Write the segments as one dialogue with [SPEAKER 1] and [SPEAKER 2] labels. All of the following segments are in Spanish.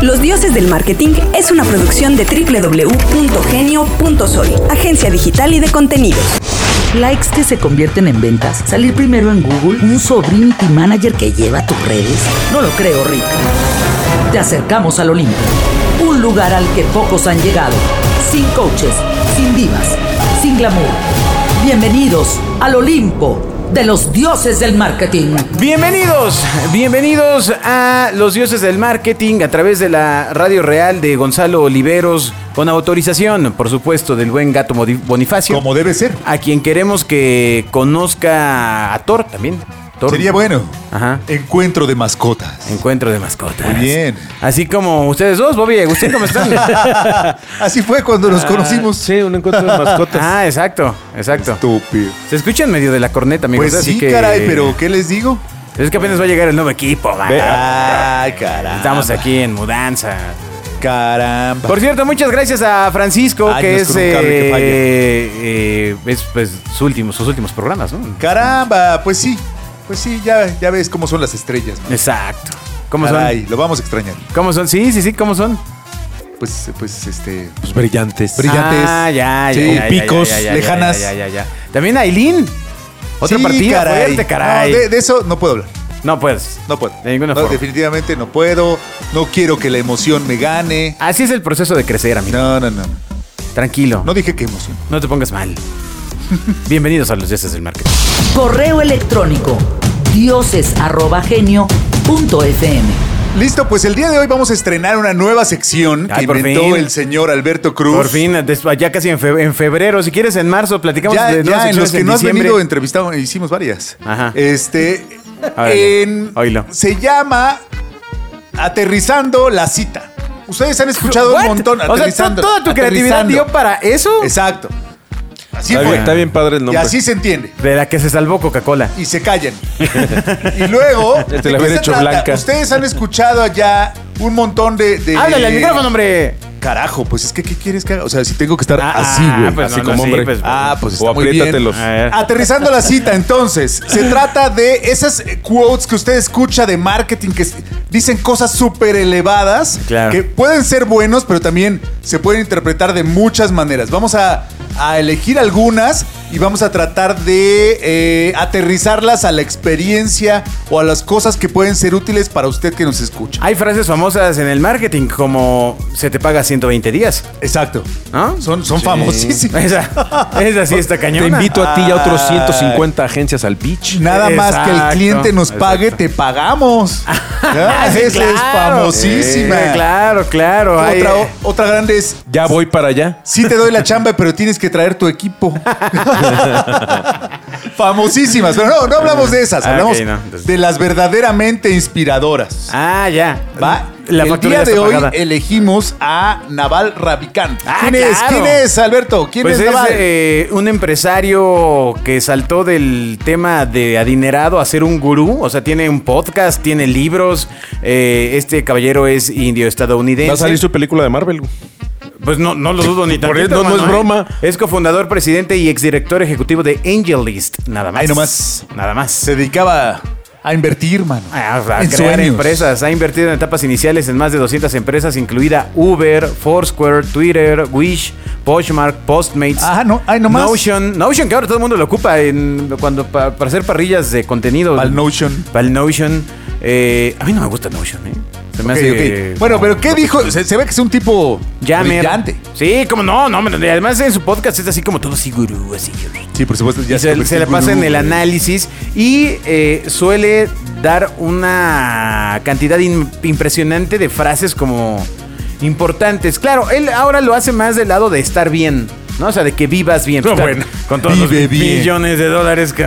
[SPEAKER 1] Los Dioses del Marketing es una producción de www.genio.soy, agencia digital y de contenidos.
[SPEAKER 2] Likes que se convierten en ventas, salir primero en Google, un sobrinity manager que lleva tus redes. No lo creo, Rick. Te acercamos al Olimpo, un lugar al que pocos han llegado, sin coaches, sin divas, sin glamour. Bienvenidos al Olimpo de los dioses del marketing.
[SPEAKER 3] Bienvenidos, bienvenidos a los dioses del marketing a través de la radio real de Gonzalo Oliveros, con autorización, por supuesto, del buen gato Bonifacio.
[SPEAKER 4] Como debe ser.
[SPEAKER 3] A quien queremos que conozca a Thor también. Thor.
[SPEAKER 4] Sería bueno.
[SPEAKER 3] Ajá.
[SPEAKER 4] Encuentro de mascotas.
[SPEAKER 3] Encuentro de mascotas.
[SPEAKER 4] Muy bien.
[SPEAKER 3] Así como ustedes dos, Bobby y Agustín, ¿cómo están?
[SPEAKER 4] Así fue cuando nos conocimos.
[SPEAKER 5] Sí, un encuentro de mascotas.
[SPEAKER 3] ah, exacto, exacto.
[SPEAKER 4] Estúpido.
[SPEAKER 3] Se escucha en medio de la corneta, amigos.
[SPEAKER 4] Pues
[SPEAKER 3] así
[SPEAKER 4] sí,
[SPEAKER 3] que-
[SPEAKER 4] caray, pero ¿qué les digo?
[SPEAKER 3] Es que apenas va a llegar el nuevo equipo, man.
[SPEAKER 4] Ay, caramba.
[SPEAKER 3] Ah, Estamos aquí en mudanza.
[SPEAKER 4] Caramba.
[SPEAKER 3] Por cierto, muchas gracias a Francisco,
[SPEAKER 4] Ay,
[SPEAKER 3] que
[SPEAKER 4] nos
[SPEAKER 3] es,
[SPEAKER 4] con un cable que
[SPEAKER 3] eh,
[SPEAKER 4] falla.
[SPEAKER 3] eh, es, pues, su último- sus últimos programas, ¿no?
[SPEAKER 4] Caramba, pues sí. Pues sí, ya, ya ves cómo son las estrellas. man.
[SPEAKER 3] Exacto. ¿Cómo
[SPEAKER 4] Caray, lo vamos a extrañar.
[SPEAKER 3] son? ¿Cómo son? Sí, sí, sí, ¿cómo son?
[SPEAKER 4] Pues, pues, este.
[SPEAKER 5] Pues brillantes.
[SPEAKER 4] Brillantes.
[SPEAKER 3] Ah, ya, ya,
[SPEAKER 4] Sí,
[SPEAKER 3] ya, ya,
[SPEAKER 4] picos,
[SPEAKER 3] ya, ya, ya,
[SPEAKER 4] lejanas.
[SPEAKER 3] ya, ya, ya, ya. También Aileen. Otra
[SPEAKER 4] Sí,
[SPEAKER 3] partida fuerte, caray.
[SPEAKER 4] No, de, de eso no puedo hablar.
[SPEAKER 3] No puedes.
[SPEAKER 4] No puedo.
[SPEAKER 3] De ninguna
[SPEAKER 4] No,
[SPEAKER 3] forma.
[SPEAKER 4] Definitivamente no puedo. No quiero que la emoción me gane.
[SPEAKER 3] Así es el proceso de crecer, amigo.
[SPEAKER 4] No, no, no.
[SPEAKER 3] Tranquilo.
[SPEAKER 4] No
[SPEAKER 3] No,
[SPEAKER 4] dije que emoción.
[SPEAKER 3] te pongas mal. Bienvenidos a los dioses del marketing.
[SPEAKER 2] Correo electrónico dioses@genio.fm.
[SPEAKER 4] Listo, pues el día de hoy vamos a estrenar una nueva sección
[SPEAKER 3] Ay,
[SPEAKER 4] que
[SPEAKER 3] por
[SPEAKER 4] inventó
[SPEAKER 3] fin.
[SPEAKER 4] el señor Alberto Cruz.
[SPEAKER 3] Por fin, des- ya casi en, fe- en febrero, si quieres en marzo, platicamos
[SPEAKER 4] Ya,
[SPEAKER 3] de
[SPEAKER 4] ya,
[SPEAKER 3] nuevas
[SPEAKER 4] en los
[SPEAKER 3] secciones
[SPEAKER 4] que no has
[SPEAKER 3] diciembre.
[SPEAKER 4] venido entrevistamos, hicimos varias.
[SPEAKER 3] Ajá.
[SPEAKER 4] Este,
[SPEAKER 3] Órale,
[SPEAKER 4] en-
[SPEAKER 3] oílo.
[SPEAKER 4] se llama Aterrizando la cita. Ustedes han escuchado
[SPEAKER 3] What?
[SPEAKER 4] un montón.
[SPEAKER 3] O sea, to-
[SPEAKER 4] aterrizando,
[SPEAKER 3] toda tu creatividad
[SPEAKER 4] aterrizando.
[SPEAKER 3] dio para eso.
[SPEAKER 4] Exacto. Así
[SPEAKER 5] Está
[SPEAKER 4] fue.
[SPEAKER 5] bien, está bien padre el
[SPEAKER 4] y
[SPEAKER 5] nombre.
[SPEAKER 4] así se entiende.
[SPEAKER 3] De la que se salvó Coca-Cola.
[SPEAKER 4] y se callan. y luego. ¿de
[SPEAKER 5] Te la
[SPEAKER 4] qué
[SPEAKER 5] hubiera
[SPEAKER 4] se
[SPEAKER 5] hecho blanca.
[SPEAKER 4] Ustedes han escuchado ya un montón de. de-
[SPEAKER 3] Háblale al micrófono, hombre.
[SPEAKER 4] Carajo, pues es que, ¿qué quieres que haga? O sea, si tengo que estar
[SPEAKER 3] Ah,
[SPEAKER 4] así,
[SPEAKER 3] ah,
[SPEAKER 4] güey.
[SPEAKER 3] pues
[SPEAKER 5] así
[SPEAKER 3] no, Ah, no,
[SPEAKER 5] como
[SPEAKER 3] sí,
[SPEAKER 5] hombre.
[SPEAKER 3] pues,
[SPEAKER 4] Ah, pues
[SPEAKER 5] o
[SPEAKER 4] está muy bien.
[SPEAKER 5] apriétatelos.
[SPEAKER 3] A ver.
[SPEAKER 4] Aterrizando la cita, entonces, se trata de esas quotes que usted escucha de marketing que s- dicen cosas súper elevadas,
[SPEAKER 3] Claro.
[SPEAKER 4] que pueden ser buenos, pero también se pueden interpretar de muchas maneras. Vamos a, a elegir algunas y vamos a tratar de eh, aterrizarlas a la experiencia o a las cosas que pueden ser útiles para usted que nos escucha.
[SPEAKER 3] Hay frases famosas en el marketing como se te paga 120 días.
[SPEAKER 4] Exacto.
[SPEAKER 3] ¿Ah?
[SPEAKER 4] Son, son famosísimas.
[SPEAKER 3] Esa, esa sí está
[SPEAKER 5] Te
[SPEAKER 3] cañona.
[SPEAKER 5] invito a ti y a otros
[SPEAKER 4] Ay.
[SPEAKER 5] 150 agencias al beach.
[SPEAKER 4] Nada más que el
[SPEAKER 3] Exacto,
[SPEAKER 4] cliente nos pague,
[SPEAKER 3] exacto.
[SPEAKER 4] te pagamos. Ah,
[SPEAKER 3] Sí,
[SPEAKER 4] Esa es
[SPEAKER 3] claro.
[SPEAKER 4] famosísima.
[SPEAKER 3] Sí, claro, claro. Hay-
[SPEAKER 4] Otra, otra grande es,
[SPEAKER 5] Ya voy para allá.
[SPEAKER 4] sí te doy la chamba, pero tienes que traer tu equipo. Famosísimas, pero no, no hablamos de esas,
[SPEAKER 3] Ah,
[SPEAKER 4] hablamos
[SPEAKER 3] ok, no, entonces-
[SPEAKER 4] de las verdaderamente inspiradoras.
[SPEAKER 3] Ah, ya.
[SPEAKER 4] ¿Va?
[SPEAKER 3] La
[SPEAKER 4] el
[SPEAKER 3] factura
[SPEAKER 4] día
[SPEAKER 3] ya está
[SPEAKER 4] de hoy
[SPEAKER 3] pagada.
[SPEAKER 4] elegimos a Naval Rabicán.
[SPEAKER 3] Ah,
[SPEAKER 4] ¿Quién es?
[SPEAKER 3] claro.
[SPEAKER 4] ¿Quién es, Alberto? ¿Quién
[SPEAKER 3] Pues
[SPEAKER 4] es,
[SPEAKER 3] es
[SPEAKER 4] Naval?
[SPEAKER 3] eh, un empresario que saltó del tema de adinerado a ser un gurú. O sea, tiene un podcast, tiene libros. eh, este caballero es indio estadounidense.
[SPEAKER 5] Va a salir su película de Marvel.
[SPEAKER 3] Pues no, no lo dudo ni
[SPEAKER 5] Por
[SPEAKER 3] tantito.
[SPEAKER 5] eso no
[SPEAKER 3] hermano,
[SPEAKER 5] es
[SPEAKER 3] ¿eh?
[SPEAKER 5] broma.
[SPEAKER 3] Es cofundador, presidente y exdirector ejecutivo de Angel List. Nada más.
[SPEAKER 4] Ay, nomás.
[SPEAKER 3] Nada más.
[SPEAKER 4] Se dedicaba a invertir, mano.
[SPEAKER 3] A, Ah, a
[SPEAKER 4] en
[SPEAKER 3] crear
[SPEAKER 4] sueños.
[SPEAKER 3] empresas. Ha invertido en etapas iniciales en más de 200 empresas, incluida Uber, Foursquare, Twitter, Wish, Poshmark, Postmates.
[SPEAKER 4] Ajá, Ah, no, ay, nomás.
[SPEAKER 3] Notion. Notion, que ahora todo el mundo lo ocupa en, cuando, pa- para hacer parrillas de contenido.
[SPEAKER 4] Pal Notion.
[SPEAKER 3] Pal Notion. Eh, a mí no me gusta Notion, ¿eh? Se me
[SPEAKER 4] Ok,
[SPEAKER 3] hace.
[SPEAKER 4] ok. Bueno, pero ¿qué dijo? Se, se ve que es un tipo
[SPEAKER 3] Jammer.
[SPEAKER 4] brillante.
[SPEAKER 3] Sí, como no, no. hombre, Además en su podcast es así como todo así gurú, así.
[SPEAKER 4] Sí, por supuesto.
[SPEAKER 3] Y se, se le pasa en el análisis y eh, suele dar una cantidad in- impresionante de frases como importantes. Claro, él ahora lo hace más del lado de estar bien, ¿no? O sea, de que vivas bien.
[SPEAKER 5] No,
[SPEAKER 3] Está-
[SPEAKER 5] bueno,
[SPEAKER 3] con todos
[SPEAKER 4] vive
[SPEAKER 3] los
[SPEAKER 4] bien.
[SPEAKER 3] millones de dólares que...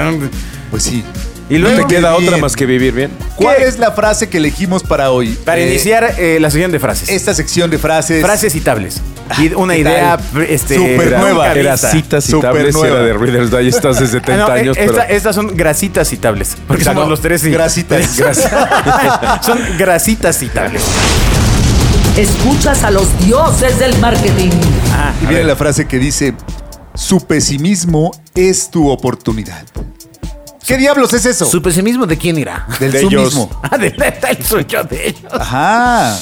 [SPEAKER 4] Pues sí.
[SPEAKER 3] Y
[SPEAKER 5] No
[SPEAKER 3] luego,
[SPEAKER 5] te
[SPEAKER 4] Vive
[SPEAKER 5] queda
[SPEAKER 4] bien.
[SPEAKER 5] otra más que vivir bien.
[SPEAKER 4] ¿Cuál es la frase que elegimos para hoy?
[SPEAKER 3] para
[SPEAKER 4] Eh,
[SPEAKER 3] iniciar eh, la sesión de frases.
[SPEAKER 4] esta sección de frases.
[SPEAKER 3] frases citables. Y una
[SPEAKER 4] Ah, ¿qué
[SPEAKER 3] idea
[SPEAKER 4] tal?
[SPEAKER 3] este,
[SPEAKER 4] Súper
[SPEAKER 3] nunca
[SPEAKER 4] nueva.
[SPEAKER 3] vista.
[SPEAKER 5] Era citas
[SPEAKER 4] Súper
[SPEAKER 5] citables y era
[SPEAKER 4] nueva.
[SPEAKER 5] de Reader's Digest de
[SPEAKER 3] Ah,
[SPEAKER 5] 70
[SPEAKER 3] no, eh,
[SPEAKER 5] años. pero-
[SPEAKER 3] esta- Estas son grasitas citables. Porque
[SPEAKER 4] Exacto.
[SPEAKER 3] somos los tres y...
[SPEAKER 4] Grasitas.
[SPEAKER 3] son grasitas citables.
[SPEAKER 2] Escuchas a los dioses del marketing.
[SPEAKER 3] Ah,
[SPEAKER 4] Y viene la frase que dice: Su pesimismo es tu oportunidad. ¿Qué diablos es eso?
[SPEAKER 3] ¿Su pesimismo de Ah. quién irá?
[SPEAKER 4] Del
[SPEAKER 5] de
[SPEAKER 4] su
[SPEAKER 5] ellos.
[SPEAKER 4] mismo.
[SPEAKER 3] Ah, de está el sueño de ellos.
[SPEAKER 4] Ajá.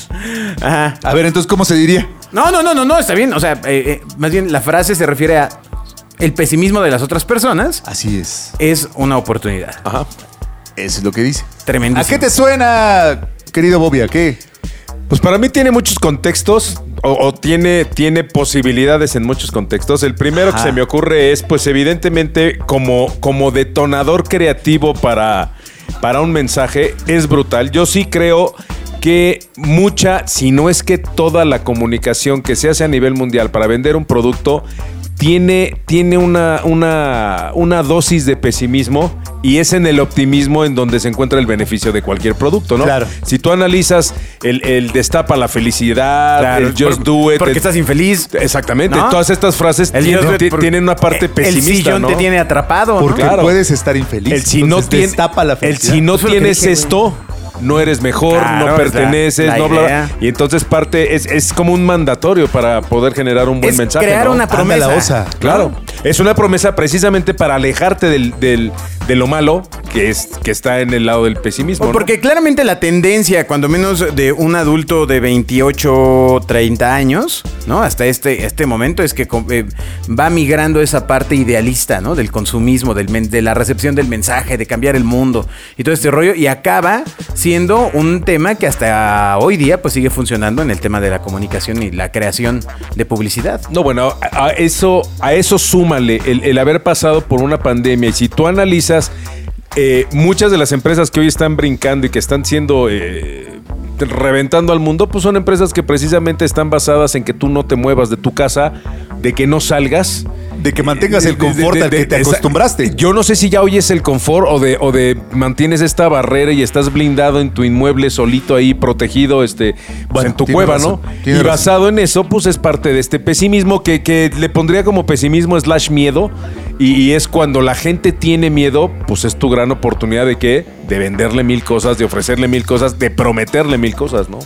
[SPEAKER 3] Ajá.
[SPEAKER 4] A ver, entonces, ¿cómo se diría?
[SPEAKER 3] No, no, no, no, no, está bien. O sea, eh, eh, más bien la frase se refiere a el pesimismo de las otras personas
[SPEAKER 4] Así es.
[SPEAKER 3] es una oportunidad.
[SPEAKER 5] Ajá.
[SPEAKER 4] Eso es lo que dice.
[SPEAKER 3] Tremendísimo.
[SPEAKER 4] ¿A qué te suena, querido Bobia? ¿Qué?
[SPEAKER 5] Pues para mí tiene muchos contextos o, o tiene, tiene posibilidades en muchos contextos. El primero que se me ocurre es, pues evidentemente, como, como detonador creativo para, para un mensaje, es brutal. Yo sí creo que mucha, si no es que toda la comunicación que se hace a nivel mundial para vender un producto, tiene, tiene una, una, una dosis de pesimismo y es en el optimismo en donde se encuentra el beneficio de cualquier producto, ¿no?
[SPEAKER 4] Claro.
[SPEAKER 5] Si tú analizas el, el destapa la felicidad,
[SPEAKER 3] Claro,
[SPEAKER 5] el just
[SPEAKER 3] por-
[SPEAKER 5] do it.
[SPEAKER 3] Porque
[SPEAKER 5] el-
[SPEAKER 3] estás infeliz.
[SPEAKER 5] Exactamente.
[SPEAKER 3] ¿No?
[SPEAKER 5] Todas estas frases
[SPEAKER 3] El
[SPEAKER 5] tienen,
[SPEAKER 3] Dios
[SPEAKER 5] ti-
[SPEAKER 3] por-
[SPEAKER 5] tienen una parte
[SPEAKER 3] el
[SPEAKER 5] pesimista.
[SPEAKER 3] sillón
[SPEAKER 5] ¿no?
[SPEAKER 3] te tiene atrapado. ¿no?
[SPEAKER 4] Porque
[SPEAKER 5] Claro.
[SPEAKER 4] puedes estar infeliz.
[SPEAKER 5] El si no,
[SPEAKER 4] Entonces,
[SPEAKER 5] tien-
[SPEAKER 4] destapa la
[SPEAKER 5] el
[SPEAKER 4] felicidad.
[SPEAKER 5] si
[SPEAKER 3] Eso
[SPEAKER 5] no
[SPEAKER 3] es lo que
[SPEAKER 5] tienes
[SPEAKER 3] dije, güey.
[SPEAKER 5] esto, no eres mejor,
[SPEAKER 3] Claro,
[SPEAKER 5] no
[SPEAKER 3] es la-
[SPEAKER 5] perteneces,
[SPEAKER 3] la
[SPEAKER 5] no bla, bla.
[SPEAKER 3] idea.
[SPEAKER 5] Y entonces parte, es, es como un mandatorio para poder generar un buen
[SPEAKER 3] Es
[SPEAKER 5] mensaje.
[SPEAKER 3] crear
[SPEAKER 5] ¿no?
[SPEAKER 3] una
[SPEAKER 4] Anda la
[SPEAKER 3] promesa.
[SPEAKER 4] osa.
[SPEAKER 5] Claro, es una promesa precisamente para alejarte del, del- de lo malo que, es, que está en el lado del pesimismo.
[SPEAKER 3] O
[SPEAKER 5] ¿no?
[SPEAKER 3] Porque claramente la tendencia, cuando menos de un adulto de 28, 30 años, ¿no? Hasta este, este momento es que com- eh, va migrando esa parte idealista, ¿no? Del consumismo, del men- de la recepción del mensaje, de cambiar el mundo y todo este rollo. Y acaba siendo un tema que hasta hoy día pues sigue funcionando en el tema de la comunicación y la creación de publicidad.
[SPEAKER 5] No, bueno, a, a eso, a eso súmale el, el haber pasado por una pandemia. Y si tú analizas eh, muchas de las empresas que hoy están brincando y que están siendo eh, reventando al mundo, pues son empresas que precisamente están basadas en que tú no te muevas de tu casa, de que no salgas.
[SPEAKER 4] De que mantengas el
[SPEAKER 5] De- de-
[SPEAKER 4] confort
[SPEAKER 5] de-
[SPEAKER 4] al que
[SPEAKER 5] de-
[SPEAKER 4] te
[SPEAKER 5] esa-
[SPEAKER 4] acostumbraste.
[SPEAKER 5] Yo no sé si ya oyes el confort o de, o de mantienes esta barrera y estás blindado en tu inmueble solito ahí, protegido, este, pues,
[SPEAKER 4] Bueno,
[SPEAKER 5] en tu
[SPEAKER 4] tiene
[SPEAKER 5] cueva,
[SPEAKER 4] razón,
[SPEAKER 5] ¿no? Y
[SPEAKER 4] tiene razón.
[SPEAKER 5] basado en eso, pues es parte de este pesimismo que, que le pondría como pesimismo slash miedo. Y, y es cuando la gente tiene miedo, pues es tu gran oportunidad de que, de venderle mil cosas, de ofrecerle mil cosas, de prometerle mil cosas, ¿no?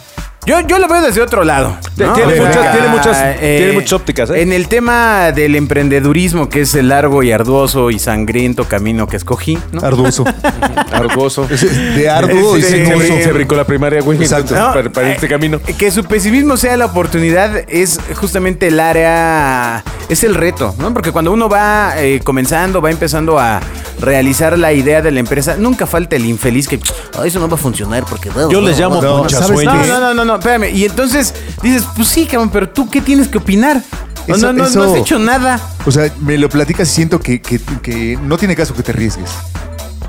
[SPEAKER 3] Yo, yo lo veo desde otro lado.
[SPEAKER 5] Tiene
[SPEAKER 4] muchas-
[SPEAKER 5] tiene muchas- tiene muchas ópticas, ¿eh?
[SPEAKER 3] Ah, En el tema del emprendedurismo, que es el largo y arduoso y sangriento camino que escogí, ¿no?
[SPEAKER 4] Arduoso.
[SPEAKER 5] Argoso.
[SPEAKER 4] De arduo
[SPEAKER 3] Este,
[SPEAKER 4] y
[SPEAKER 5] se,
[SPEAKER 4] sinuoso.
[SPEAKER 5] brin- se brincó la primaria, güey.
[SPEAKER 4] Exacto.
[SPEAKER 5] entonces,
[SPEAKER 3] No,
[SPEAKER 5] para, para este
[SPEAKER 3] eh,
[SPEAKER 5] camino.
[SPEAKER 3] Que su pesimismo sea la oportunidad es justamente el área, es el reto, ¿no? Porque cuando uno va eh, comenzando, va empezando a realizar la idea de la empresa, nunca falta el infeliz que, "Ah, eso no va a funcionar porque...
[SPEAKER 5] Yo les llamo
[SPEAKER 4] no, ¿sabes
[SPEAKER 5] ponchasueños.
[SPEAKER 3] No, no, no, no, no, espérame. Y entonces dices, pues sí, cabrón, pero tú qué tienes que opinar. No,
[SPEAKER 4] Eso-
[SPEAKER 3] no, no, no
[SPEAKER 4] eso-
[SPEAKER 3] has hecho nada.
[SPEAKER 4] O sea, me lo platicas y siento que, que- que no tiene caso que te arriesgues.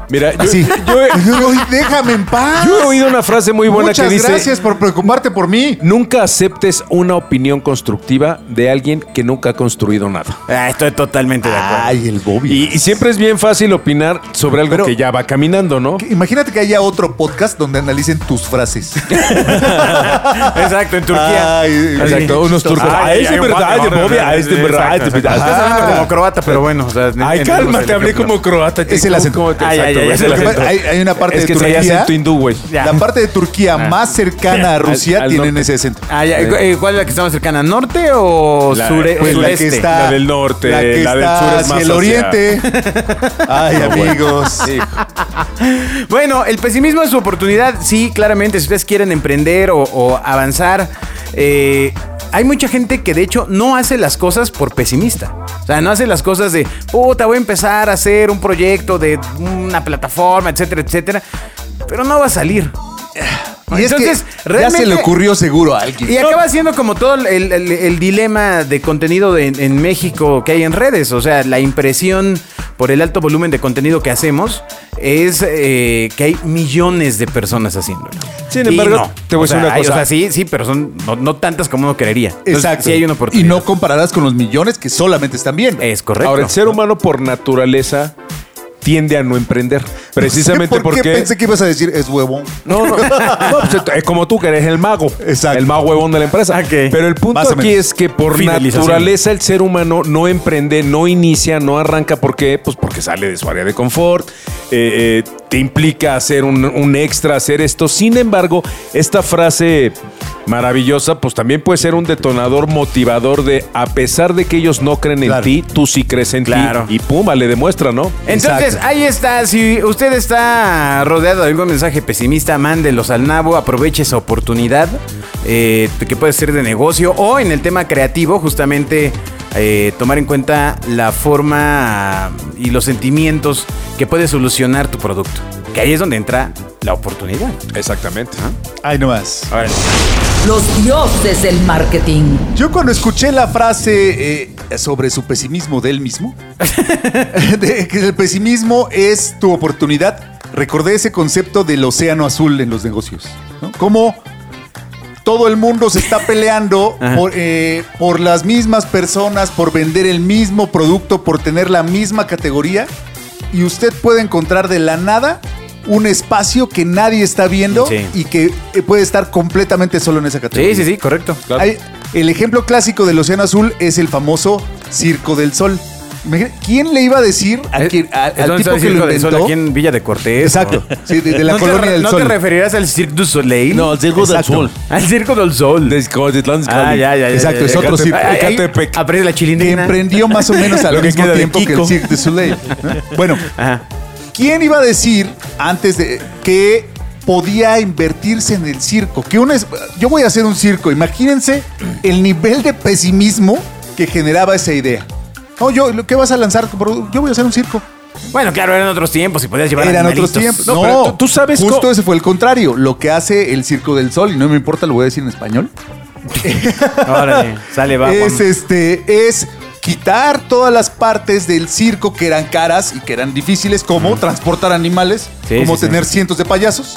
[SPEAKER 5] Mira, yo,
[SPEAKER 4] Así.
[SPEAKER 5] yo he-
[SPEAKER 4] Ay, déjame en paz.
[SPEAKER 5] yo he oído una frase muy buena
[SPEAKER 4] Muchas
[SPEAKER 5] que dice:
[SPEAKER 4] gracias por preocuparte por mí.
[SPEAKER 5] Nunca aceptes una opinión constructiva de alguien que nunca ha construido nada.
[SPEAKER 3] Ah, estoy totalmente de acuerdo.
[SPEAKER 4] Ay, el Bobby.
[SPEAKER 5] Y, y siempre es bien fácil opinar sobre algo
[SPEAKER 4] Pero-
[SPEAKER 5] que ya va caminando, ¿no?
[SPEAKER 4] Que- Imagínate que haya otro podcast donde analicen tus frases.
[SPEAKER 3] Exacto, en Turquía.
[SPEAKER 4] Ay,
[SPEAKER 5] Exacto, unos turcos.
[SPEAKER 3] Ay,
[SPEAKER 5] Ay,
[SPEAKER 3] ay,
[SPEAKER 5] es de
[SPEAKER 3] ay,
[SPEAKER 5] verdad,
[SPEAKER 3] guate,
[SPEAKER 5] de Bobby,
[SPEAKER 3] guate,
[SPEAKER 5] ay, es de
[SPEAKER 3] exacto,
[SPEAKER 5] verdad, de
[SPEAKER 3] exacto.
[SPEAKER 5] verdad.
[SPEAKER 3] Estás hablando
[SPEAKER 4] Ah.
[SPEAKER 3] como croata, pero bueno. o sea,
[SPEAKER 5] Ay,
[SPEAKER 3] entendemos
[SPEAKER 5] cálmate,
[SPEAKER 3] el
[SPEAKER 5] hablé
[SPEAKER 3] ejemplo.
[SPEAKER 5] como croata.
[SPEAKER 4] Es el acento.
[SPEAKER 5] ¿Cómo te-
[SPEAKER 3] Ay, ay,
[SPEAKER 5] exacto,
[SPEAKER 3] ay,
[SPEAKER 5] güey,
[SPEAKER 3] es
[SPEAKER 5] el
[SPEAKER 3] el
[SPEAKER 5] acento.
[SPEAKER 4] acento. Hay- hay una parte
[SPEAKER 5] Es
[SPEAKER 4] de
[SPEAKER 5] que traía
[SPEAKER 4] Turquía-
[SPEAKER 5] acento hindú, güey.
[SPEAKER 3] Ya.
[SPEAKER 4] La parte de Turquía más cercana a
[SPEAKER 5] Ah. Al-
[SPEAKER 4] Rusia
[SPEAKER 5] al
[SPEAKER 4] tienen
[SPEAKER 5] norte.
[SPEAKER 4] ese acento.
[SPEAKER 3] Ah, ya, eh, ¿Cuál es la que está más cercana? ¿Norte o
[SPEAKER 5] La-
[SPEAKER 3] sure- eh,
[SPEAKER 5] pues,
[SPEAKER 4] la
[SPEAKER 3] sureste?
[SPEAKER 4] que está
[SPEAKER 5] La del norte,
[SPEAKER 4] la, que
[SPEAKER 5] la del
[SPEAKER 4] está
[SPEAKER 5] sur es
[SPEAKER 4] hacia
[SPEAKER 5] más
[SPEAKER 4] el
[SPEAKER 5] hacia-
[SPEAKER 4] oriente. Ay,
[SPEAKER 5] No, güey.
[SPEAKER 4] amigos.
[SPEAKER 5] Sí.
[SPEAKER 3] Bueno, el pesimismo es su oportunidad. Sí, claramente, si ustedes quieren emprender o, o avanzar, eh, hay mucha gente que de hecho no hace las cosas por pesimista. O sea, no hace las cosas de, puta, voy a empezar a hacer un proyecto de una plataforma, etcétera, etcétera. Pero no va a salir.
[SPEAKER 4] Y es
[SPEAKER 3] Entonces,
[SPEAKER 4] que ya se le
[SPEAKER 3] realmente-
[SPEAKER 4] ocurrió seguro a alguien.
[SPEAKER 3] Y acaba siendo como todo el, el- el dilema de contenido de- en México que hay en redes. O sea, la impresión por el alto volumen de contenido que hacemos es eh, que hay millones de personas haciéndolo.
[SPEAKER 5] Sin
[SPEAKER 3] Y
[SPEAKER 5] embargo, te voy
[SPEAKER 3] O
[SPEAKER 5] a
[SPEAKER 3] sea,
[SPEAKER 5] decir una
[SPEAKER 3] hay-
[SPEAKER 5] cosa.
[SPEAKER 3] o sea, sí, sí, pero son no, no tantas como uno creería. Entonces,
[SPEAKER 4] Exacto.
[SPEAKER 3] sí hay una
[SPEAKER 4] y
[SPEAKER 3] oportunidad.
[SPEAKER 4] no compararás con los millones que solamente están viendo.
[SPEAKER 3] Es correcto.
[SPEAKER 5] Ahora, el ser humano por naturaleza tiende a no emprender. Precisamente
[SPEAKER 4] ¿Por qué
[SPEAKER 5] porque-
[SPEAKER 4] pensé que ibas a decir es huevón?
[SPEAKER 5] No, no. No, pues, es como tú que eres el mago.
[SPEAKER 4] Exacto.
[SPEAKER 5] El más huevón de la empresa.
[SPEAKER 3] Ok.
[SPEAKER 5] Pero el punto
[SPEAKER 4] Más o
[SPEAKER 5] aquí
[SPEAKER 4] menos.
[SPEAKER 5] es que por
[SPEAKER 3] Finalización.
[SPEAKER 5] naturaleza el ser humano no emprende, no inicia, no arranca. ¿Por qué? Pues porque sale de su área de confort. eh, eh, te implica hacer un, un extra, hacer esto. Sin embargo, esta frase maravillosa, pues también puede ser un detonador motivador de a pesar de que ellos no creen en
[SPEAKER 4] Claro.
[SPEAKER 5] ti, tú sí crees en
[SPEAKER 3] Claro.
[SPEAKER 5] ti. Y pum, le demuestra, ¿no?
[SPEAKER 3] Entonces,
[SPEAKER 4] Exacto.
[SPEAKER 3] ahí está. Si usted está rodeado de algún mensaje pesimista, mándelos al nabo. Aproveche esa oportunidad eh, que puede ser de negocio o en el tema creativo, justamente eh, tomar en cuenta la forma y los sentimientos que puede solucionar tu producto. Que ahí es donde entra la oportunidad.
[SPEAKER 5] Exactamente.
[SPEAKER 4] Ay, no más.
[SPEAKER 3] A ver.
[SPEAKER 2] Los dioses del marketing.
[SPEAKER 4] Yo cuando escuché la frase eh, sobre su pesimismo del mismo, de que el pesimismo es tu oportunidad, recordé ese concepto del océano azul en los negocios. ¿no? Como todo el mundo se está peleando por, eh, por las mismas personas, por vender el mismo producto, por tener la misma categoría, y usted puede encontrar de la nada un espacio que nadie está viendo
[SPEAKER 3] Sí.
[SPEAKER 4] y que eh, puede estar completamente solo en esa categoría.
[SPEAKER 3] Sí, sí, sí, correcto.
[SPEAKER 5] Claro.
[SPEAKER 4] Hay- el ejemplo clásico del Océano Azul es el famoso Circo del Sol. Imagina- ¿Quién le iba a decir a
[SPEAKER 3] Es-
[SPEAKER 4] quien- a-
[SPEAKER 3] es
[SPEAKER 4] al
[SPEAKER 3] donde está
[SPEAKER 4] tipo
[SPEAKER 3] el
[SPEAKER 4] que lo
[SPEAKER 3] Eh, Circo del Sol,
[SPEAKER 4] inventó?
[SPEAKER 3] aquí en Villa de Cortés.
[SPEAKER 4] Exacto,
[SPEAKER 3] ¿no?
[SPEAKER 4] sí, de, de la
[SPEAKER 3] ¿No te
[SPEAKER 4] colonia
[SPEAKER 3] re-
[SPEAKER 4] del
[SPEAKER 3] ¿No
[SPEAKER 4] Sol.
[SPEAKER 3] te referirás al Cirque du Soleil?
[SPEAKER 6] No, el Circo del
[SPEAKER 4] Exacto.
[SPEAKER 6] Sol.
[SPEAKER 3] Al Circo del Sol. Ah, ya, ya, ya.
[SPEAKER 4] Exacto,
[SPEAKER 3] ya,
[SPEAKER 4] es
[SPEAKER 3] ya.
[SPEAKER 4] otro circo.
[SPEAKER 3] Ahí- ahí
[SPEAKER 5] Ecatepec.
[SPEAKER 3] Aparece la
[SPEAKER 4] que
[SPEAKER 3] chilindrina.
[SPEAKER 4] emprendió más o menos al
[SPEAKER 5] Lo que
[SPEAKER 4] mismo
[SPEAKER 5] queda de
[SPEAKER 4] tiempo que el
[SPEAKER 5] Kiko.
[SPEAKER 4] Cirque du Soleil. ¿no? Bueno,
[SPEAKER 3] Ajá.
[SPEAKER 4] ¿quién iba a decir antes de que podía invertirse en el circo? Que un es- yo voy a hacer un circo. Imagínense el nivel de pesimismo que generaba esa idea. No, yo, ¿qué vas a lanzar? tu producto? Yo voy a hacer un circo.
[SPEAKER 3] Bueno, claro, eran otros tiempos y podías llevar
[SPEAKER 4] Eran
[SPEAKER 3] animalitos.
[SPEAKER 4] otros tiempos.
[SPEAKER 3] No,
[SPEAKER 4] No,
[SPEAKER 3] pero
[SPEAKER 5] tú- tú sabes
[SPEAKER 4] Justo
[SPEAKER 5] co-
[SPEAKER 4] ese fue el contrario. Lo que hace el Circo del Sol, y no me importa, lo voy a decir en español,
[SPEAKER 3] tú- Órale, sale, va.
[SPEAKER 4] es
[SPEAKER 3] Juan.
[SPEAKER 4] este, es quitar todas las partes del circo que eran caras y que eran difíciles, como transportar animales,
[SPEAKER 3] Sí,
[SPEAKER 4] como
[SPEAKER 3] sí, sí.
[SPEAKER 4] tener cientos de payasos,